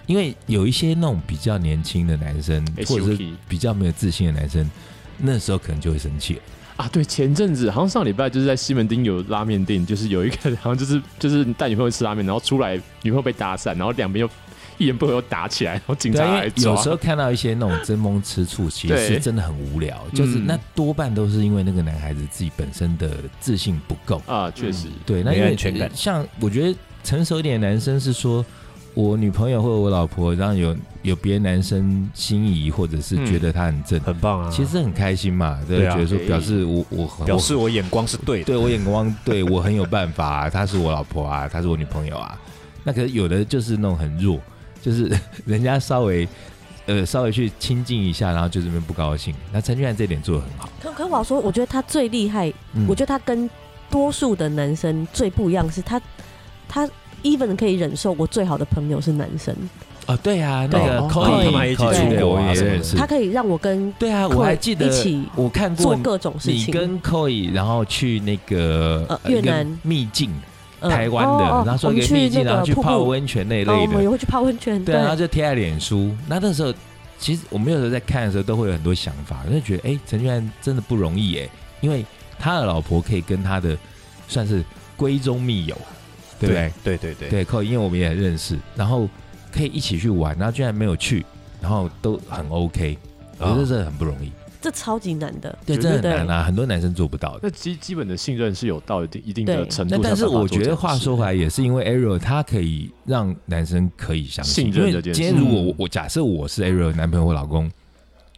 Speaker 4: 因为有一些那种比较年轻的男生，
Speaker 6: 哎
Speaker 4: 或者
Speaker 6: 羞
Speaker 4: 是
Speaker 6: 屁
Speaker 4: 比较没有自信的男生，那时候可能就会生气了。
Speaker 6: 啊，对，前阵子好像上礼拜就是在西门町有拉面店，就是有一个好像就是就是你带女朋友去吃拉面，然后出来女朋友被搭讪，然后两边又一言不合又打起来，然后警
Speaker 4: 对
Speaker 6: 察
Speaker 4: 啊，因
Speaker 6: 来
Speaker 4: 为
Speaker 6: 抓。
Speaker 4: 有时候看到一些那种争风吃 醋，其实
Speaker 6: 对
Speaker 4: 是真的很无聊。就是
Speaker 6: 嗯
Speaker 4: 那多半都是因为那个男孩子自己本身的自信不够。
Speaker 6: 啊，确实，
Speaker 4: 对，那
Speaker 3: 没
Speaker 4: 因为
Speaker 3: 安全感
Speaker 4: 呃像我觉得成熟一点的男生是说，我女朋友或者我老婆，然后有有别的男生心仪，或者是
Speaker 6: 嗯
Speaker 4: 觉得他很正，
Speaker 3: 很棒啊！
Speaker 4: 其实很开心嘛，对，
Speaker 3: 对啊
Speaker 4: 觉得说
Speaker 6: 哎
Speaker 4: 表示我我很
Speaker 3: 表
Speaker 4: 我
Speaker 3: 示我眼光是对的。
Speaker 4: 对我眼光对我很有办法、啊， 她是我老婆啊，她是我女朋友啊。那可是有的就是那种很弱，就是人家稍微呃稍微去亲近一下，然后就这边不高兴。那陈俊翰这点做的很好，
Speaker 5: 可可我要说，我觉得他最厉害，
Speaker 4: 嗯
Speaker 5: 我觉得他跟多数的男生最不一样是他他 even 可以忍受我最好的朋友是男生，
Speaker 4: 哦对啊，那个
Speaker 6: 哦
Speaker 4: c o
Speaker 3: 哦他们还一起
Speaker 5: 出
Speaker 3: 国啊
Speaker 4: 我也
Speaker 3: 什么的
Speaker 4: 认识
Speaker 5: 他。可以让我跟
Speaker 4: 对啊，我还记得
Speaker 5: 一起
Speaker 4: 我看过
Speaker 5: 做各种事
Speaker 4: 你
Speaker 5: 情。
Speaker 4: 跟 Koi，然后去那个
Speaker 5: 呃
Speaker 4: 呃一个
Speaker 5: 越南
Speaker 4: 秘境，
Speaker 5: 嗯
Speaker 4: 台湾的，
Speaker 5: 哦哦
Speaker 4: 然后说
Speaker 5: 我
Speaker 4: 一
Speaker 5: 们
Speaker 4: 个
Speaker 5: 去
Speaker 4: 秘
Speaker 5: 那
Speaker 4: 境，然
Speaker 5: 个
Speaker 4: 后去
Speaker 5: 瀑
Speaker 4: 泡
Speaker 5: 布，
Speaker 4: 温泉那一类
Speaker 5: 哦，我们也
Speaker 4: 的，
Speaker 5: 会去泡温泉，
Speaker 4: 对啊，然后
Speaker 5: 对，
Speaker 4: 就贴在脸书。那那时候其实我们有时候在看的时候，都会有很多想法，就觉得哎，陈俊安真的不容易哎，因为他的老婆可以跟他的算是闺中密友，对不对？
Speaker 3: 对对对，
Speaker 4: 对，Koi，因为我们也认识，然后可以一起去玩，然后居然没有去，然后都很 OK，我觉得
Speaker 3: 哦
Speaker 4: 这很不容易，
Speaker 5: 这超级难的。
Speaker 4: 对，
Speaker 6: 绝
Speaker 4: 这很
Speaker 5: 对
Speaker 4: 难啊，很多男生做不到的。
Speaker 6: 那基基本的信任是有到一定一定的
Speaker 5: 对
Speaker 6: 程
Speaker 4: 那
Speaker 6: 度。
Speaker 4: 但是我觉得话说回，来，也是因为 Ariel 他可以让男生可以相信，
Speaker 6: 信任
Speaker 4: 因
Speaker 6: 这
Speaker 4: 为
Speaker 6: 件
Speaker 4: 今
Speaker 6: 事
Speaker 4: 天如
Speaker 5: 嗯
Speaker 4: 果我我假设我是 Ariel 男朋友或老公，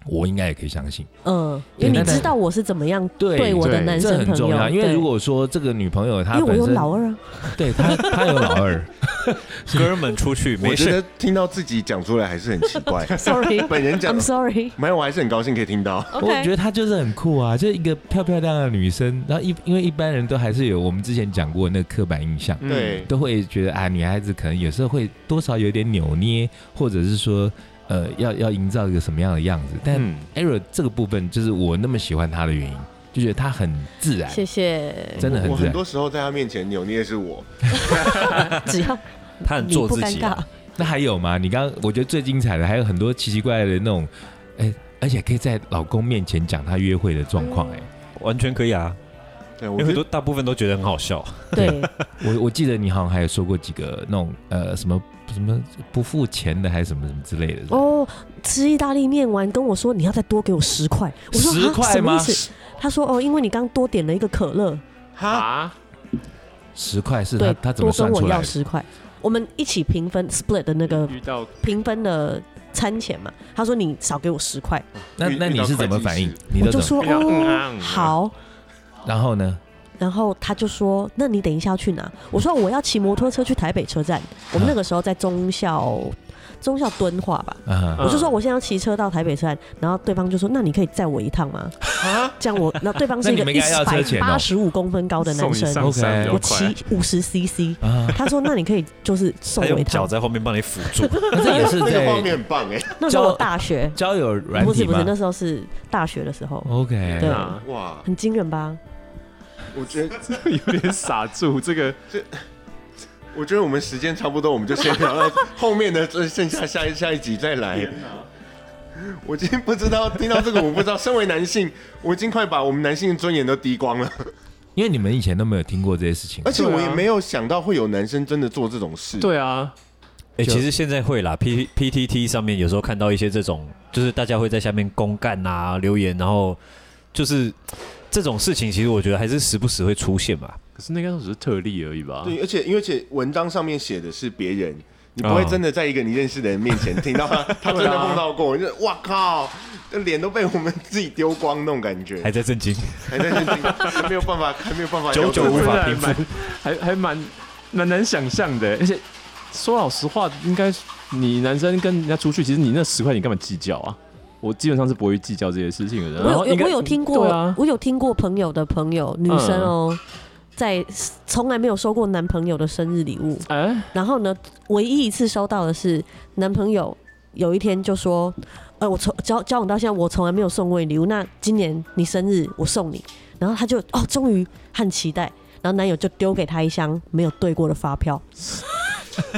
Speaker 4: 我应该也可以相信。
Speaker 5: 嗯，因
Speaker 4: 对
Speaker 5: 为你
Speaker 4: 那
Speaker 5: 知道我是怎么样
Speaker 4: 对
Speaker 5: 对我的
Speaker 6: 对
Speaker 5: 男
Speaker 4: 这
Speaker 5: 生
Speaker 4: 很
Speaker 5: 朋
Speaker 4: 重
Speaker 5: 友，
Speaker 4: 要，因为
Speaker 5: 对
Speaker 4: 如果说这个女朋友她
Speaker 5: 因为我
Speaker 4: 本
Speaker 5: 有
Speaker 4: 身
Speaker 5: 老二啊，
Speaker 4: 对她她有老二，
Speaker 3: 哥们出去
Speaker 1: 我
Speaker 3: 没
Speaker 1: 觉
Speaker 3: 事，
Speaker 1: 得听到自己讲出来还是很奇怪。
Speaker 5: Sorry，I'm
Speaker 1: 本人讲，
Speaker 5: sorry。
Speaker 1: 没有，我还是很高兴可以听到。
Speaker 4: 我觉
Speaker 5: OK，
Speaker 4: 得她就是很酷啊，就是一个漂漂亮亮的女生。然后一因为一般人都还是有我们之前讲过那个刻板印象，
Speaker 6: 嗯
Speaker 1: 对，
Speaker 4: 都会觉得啊，女孩子可能有时候会多少有点扭捏，或者是说呃要要营造一个什么样的样子，但。
Speaker 6: 嗯，
Speaker 4: Error 这个部分，就是我那么喜欢他的原因，就觉得他很自然，
Speaker 5: 谢谢。
Speaker 4: 真的很
Speaker 1: 我很
Speaker 4: 自然。
Speaker 1: 多时候在他面前扭捏是我，
Speaker 5: 只要
Speaker 3: 他很
Speaker 5: 你
Speaker 3: 做
Speaker 5: 不
Speaker 3: 自
Speaker 5: 尴
Speaker 3: 己啊。
Speaker 5: 尬，
Speaker 4: 那还有吗？你刚刚我觉得最精彩的还有很多奇奇怪怪的那种，哎、而且可以在老公面前讲她约会的状况、哎，
Speaker 3: 完全可以啊，
Speaker 1: 对，
Speaker 3: 因
Speaker 1: 我
Speaker 3: 为
Speaker 1: 觉
Speaker 3: 很
Speaker 1: 得
Speaker 3: 多大部分都觉得很好笑。
Speaker 5: 对，
Speaker 4: 我我记得你好像还有说过几个那种呃什么什么不付钱的，还是什么什么之类的。是吧
Speaker 5: 哦，吃意大利面完跟我说你要再多给我十块，我说
Speaker 4: 10
Speaker 5: 啊
Speaker 4: 块
Speaker 5: 什么意
Speaker 4: 吗
Speaker 5: 思？他说哦，因为你刚多点了一个可乐，
Speaker 6: 啊，
Speaker 4: 十块是他
Speaker 5: 对，
Speaker 4: 他怎么
Speaker 5: 多跟
Speaker 4: 算
Speaker 5: 我
Speaker 4: 出来
Speaker 5: 要
Speaker 4: 的？
Speaker 5: 十块，我们一起平分 split 的那个
Speaker 6: 遇到
Speaker 5: 平分的餐钱嘛。他说你少给我十块，
Speaker 4: 那那你是怎么反应
Speaker 1: 遇到？
Speaker 4: 你
Speaker 5: 我
Speaker 4: 都
Speaker 5: 就
Speaker 4: 怎么？
Speaker 6: 遇
Speaker 5: 说
Speaker 6: 到嗯
Speaker 5: 哦
Speaker 6: 嗯嗯
Speaker 5: 好，
Speaker 4: 然后呢？
Speaker 5: 然后他就说那你等一下要去哪？我说我要骑摩托车去台北车站，我们那个时候在忠孝忠孝敦化吧。
Speaker 6: 嗯
Speaker 4: 啊
Speaker 5: 我就说我现在要骑车到台北车站，然后对方就说：“那你可以载我一趟吗？”这样我，那对方是一
Speaker 4: 那
Speaker 5: 个
Speaker 4: 你们
Speaker 5: 一
Speaker 4: 应该要车钱
Speaker 5: 百
Speaker 4: 哦
Speaker 5: 八十五公分高的男
Speaker 6: 送你
Speaker 5: 生，
Speaker 6: 上山
Speaker 4: OK
Speaker 6: 比较
Speaker 5: 我
Speaker 6: 快
Speaker 5: 骑。五十 CC，
Speaker 4: 啊！
Speaker 5: 他说：“那你可以就是送
Speaker 3: 他
Speaker 5: 我一
Speaker 3: 用脚
Speaker 5: 趟。
Speaker 3: 在后面帮你辅助，
Speaker 4: 那这也是
Speaker 1: 那个画
Speaker 4: 在
Speaker 1: 面很棒哎，”
Speaker 5: 那时候我
Speaker 4: 交
Speaker 5: 大学，
Speaker 4: 交友软
Speaker 5: 不是
Speaker 4: 体
Speaker 5: 不是
Speaker 4: 吗，
Speaker 5: 那时候是大学的时候，
Speaker 4: ？OK，
Speaker 5: 对
Speaker 6: 啊，
Speaker 1: 哇，
Speaker 5: 很惊人吧？
Speaker 1: 我觉得
Speaker 6: 有点傻住，这个
Speaker 1: 我觉得我们时间差不多，我们就先聊到后面的，这剩下下一下一集再来。我今天不知道听到这个，我不知道。身为男性，我已经快把我们男性的尊严都滴光了，
Speaker 4: 因为你们以前都没有听过这些事情
Speaker 1: 而，且我
Speaker 6: 对
Speaker 1: 也
Speaker 6: 啊
Speaker 1: 没有想到会有男生真的做这种事。，
Speaker 6: 对啊，
Speaker 3: 哎、其实现在会啦，P P T T 上面有时候看到一些这种，就是大家会在下面公干啊、留言，然后就是这种事情，其实我觉得还是时不时会出现吧。
Speaker 6: 可是那个只是特例而已吧？
Speaker 1: 对，而且因为而且文章上面写的是别人。你不会真的在一个你认识的人面前听到他， 他真的碰到过，就是哇靠，这脸都被我们自己丢光那种感觉，
Speaker 3: 还在震惊，
Speaker 1: 还在震惊，还没有办法，还没有办法
Speaker 3: 久久
Speaker 6: 真
Speaker 3: 无
Speaker 6: 的
Speaker 3: 法
Speaker 6: 还
Speaker 3: 平复
Speaker 6: 蛮。还还蛮蛮难想象的，而且说老实话，应该你男生跟人家出去，其实你那十块你干嘛计较啊？我基本上是不会计较这些事情的人。
Speaker 5: 我
Speaker 6: 然后
Speaker 5: 有
Speaker 6: 应该
Speaker 5: 我有听过
Speaker 6: 对啊，
Speaker 5: 我有听过朋友的朋友女生哦，在从来没有收过男朋友的生日礼物，
Speaker 6: 哎，
Speaker 5: 然后呢，唯一一次收到的是男朋友有一天就说：“呃，我从交交往到现在，我从来没有送过你礼物，那今年你生日我送你。”然后她就哦，终于很期待。然后男友就丢给她一箱没有对过的发票，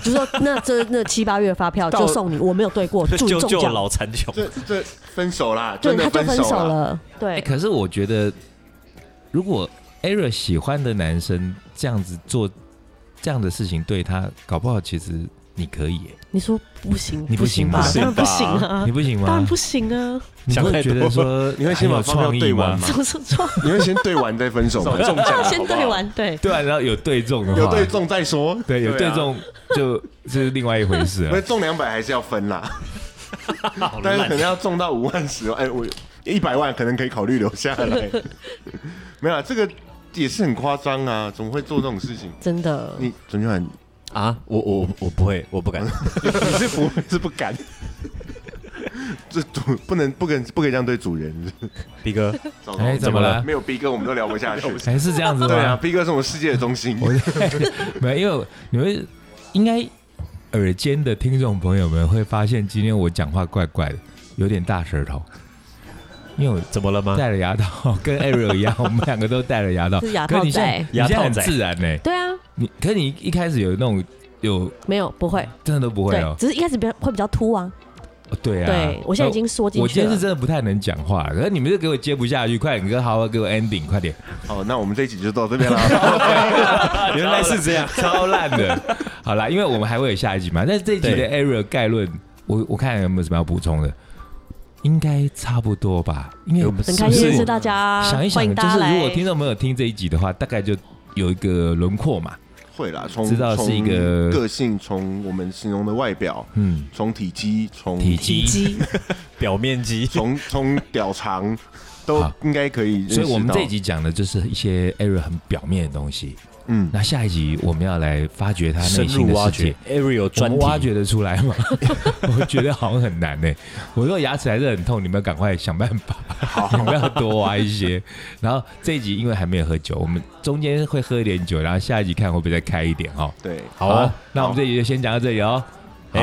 Speaker 5: 就说那这那七八月的发票就送你，我没有对过，祝 你
Speaker 3: 救
Speaker 5: 中
Speaker 3: 救
Speaker 5: 奖。
Speaker 3: 老残穷，
Speaker 1: 这这分手啦，
Speaker 5: 对，
Speaker 1: 真
Speaker 5: 他
Speaker 1: 的
Speaker 5: 就分手
Speaker 1: 了。
Speaker 5: 了。
Speaker 4: 哎，
Speaker 5: 对，
Speaker 4: 可是我觉得，如果 e r a 喜欢的男生这样子做这样的事情，对他搞不好其实你可以耶，
Speaker 5: 你说不行，
Speaker 4: 你不行
Speaker 5: 吧
Speaker 4: 吗？
Speaker 5: 当 然不
Speaker 6: 不
Speaker 5: 行
Speaker 6: 行吧
Speaker 5: 啊
Speaker 4: 你，不行
Speaker 5: 当然
Speaker 4: 吗？
Speaker 5: 不行啊，
Speaker 4: 你不会觉得说
Speaker 1: 你会先
Speaker 4: 很有
Speaker 1: 把方
Speaker 4: 创
Speaker 1: 向
Speaker 4: 意
Speaker 1: 对完吗？
Speaker 4: 吗
Speaker 5: 怎么说？
Speaker 1: 你会先对完再分手吗？
Speaker 6: 中奖了
Speaker 5: 先对，完，对。
Speaker 4: 对啊，然后有对中的话，
Speaker 1: 有对中再说，
Speaker 4: 对有
Speaker 6: 对
Speaker 4: 对
Speaker 6: 啊
Speaker 4: 中就 就是另外一回事啊
Speaker 1: 不
Speaker 4: 了
Speaker 1: 是。中两百还是要分啦，
Speaker 3: 好
Speaker 1: 但是可
Speaker 3: 烂
Speaker 1: 能。要中到五万、十万，哎，我一百万可能可以考虑留下来。没有啊，这个也是很夸张啊，怎么会做这种事情？
Speaker 5: 真的，
Speaker 1: 你陈俊涵，
Speaker 3: 啊！我我我不会，我 不敢。
Speaker 6: 你是不是不敢？
Speaker 1: 这主不能不跟不可以这样对主人。
Speaker 3: B 哥，
Speaker 1: 糟糕
Speaker 4: 哎，怎么了
Speaker 1: 没？有逼哥，我们都聊不下去。
Speaker 4: 哎，是这样子吗？
Speaker 1: 对啊，逼哥是我们世界的中心。
Speaker 4: 我在没有，因为你们应该耳尖的听众朋友们会发现，今天我讲话怪怪的，有点大舌头，因为
Speaker 3: 怎么了
Speaker 4: 我
Speaker 3: 吗？
Speaker 4: 戴了牙套，跟 Ariel 一样，我们两个都戴了牙套。
Speaker 5: 是牙
Speaker 4: 可
Speaker 5: 套
Speaker 4: 是你现
Speaker 5: 仔
Speaker 4: 在，你现在
Speaker 3: 牙套
Speaker 4: 很
Speaker 3: 仔
Speaker 4: 自然呢、
Speaker 5: 对啊，
Speaker 4: 你可是你一开始有那种有
Speaker 5: 没有不会，啊
Speaker 4: 真的都不会
Speaker 5: 对
Speaker 4: 哦，、
Speaker 5: 只是一开始比较会比较凸啊。
Speaker 4: 哦对啊，
Speaker 5: 对我现在已经缩进
Speaker 4: 我
Speaker 5: 去
Speaker 4: 今天
Speaker 5: 了
Speaker 4: 是。真的不太能讲话，可是你们就给我接不下去，快点，你跟好好啊给我 ending，快点。
Speaker 1: 哦，那我们这一集就到这边 了。
Speaker 3: 啊
Speaker 4: 原来是这样，超烂的。好啦，因为我们还会有下一集嘛，但是这一集的 error 概论，我我看有没有什么要补充的，应该差不多吧。因为
Speaker 3: 我们
Speaker 5: 很
Speaker 3: 是
Speaker 5: 开
Speaker 3: 不
Speaker 5: 心
Speaker 3: 是
Speaker 5: 认识大家，
Speaker 4: 想一想，
Speaker 5: 欢迎
Speaker 4: 就
Speaker 5: 大家
Speaker 4: 是
Speaker 5: 来。
Speaker 4: 如果听众朋友听这一集的话，大概就有一个轮廓嘛。
Speaker 1: 会啦，从
Speaker 4: 知道是一个
Speaker 1: 从个性，从我们形容的外表，
Speaker 4: 嗯，
Speaker 1: 从体积，从
Speaker 4: 体
Speaker 5: 体
Speaker 4: 积。
Speaker 5: 积，
Speaker 3: 表面 积
Speaker 1: 从从屌长都
Speaker 4: 好
Speaker 1: 应该可以认识
Speaker 4: 所
Speaker 1: 到。
Speaker 4: 以我们这一集讲的就是一些 error 很表面的东西。
Speaker 1: 嗯，
Speaker 4: 那下一集我们要来发掘他
Speaker 3: 深
Speaker 4: 内心
Speaker 3: 入
Speaker 4: 的
Speaker 3: 挖
Speaker 4: 世
Speaker 3: 掘
Speaker 4: 界。
Speaker 3: Ariel
Speaker 4: 我
Speaker 3: 专
Speaker 4: 们
Speaker 3: 题，
Speaker 4: 挖掘得出来 吗？我觉得好像很难呢、欸我如果牙齿还是很痛，你们要赶快想办法，你们要多挖一些。然后这一集因为还没有喝酒，我们中间会喝一点酒，然后下一集看会不会再开一点哦。
Speaker 1: 对，
Speaker 3: 好啊，
Speaker 4: 那我们这一集就先讲到这里哦。
Speaker 3: 哎。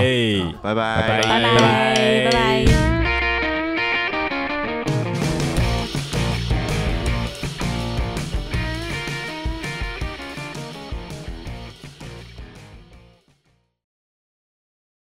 Speaker 1: 拜拜
Speaker 4: 拜拜
Speaker 5: 拜拜拜拜。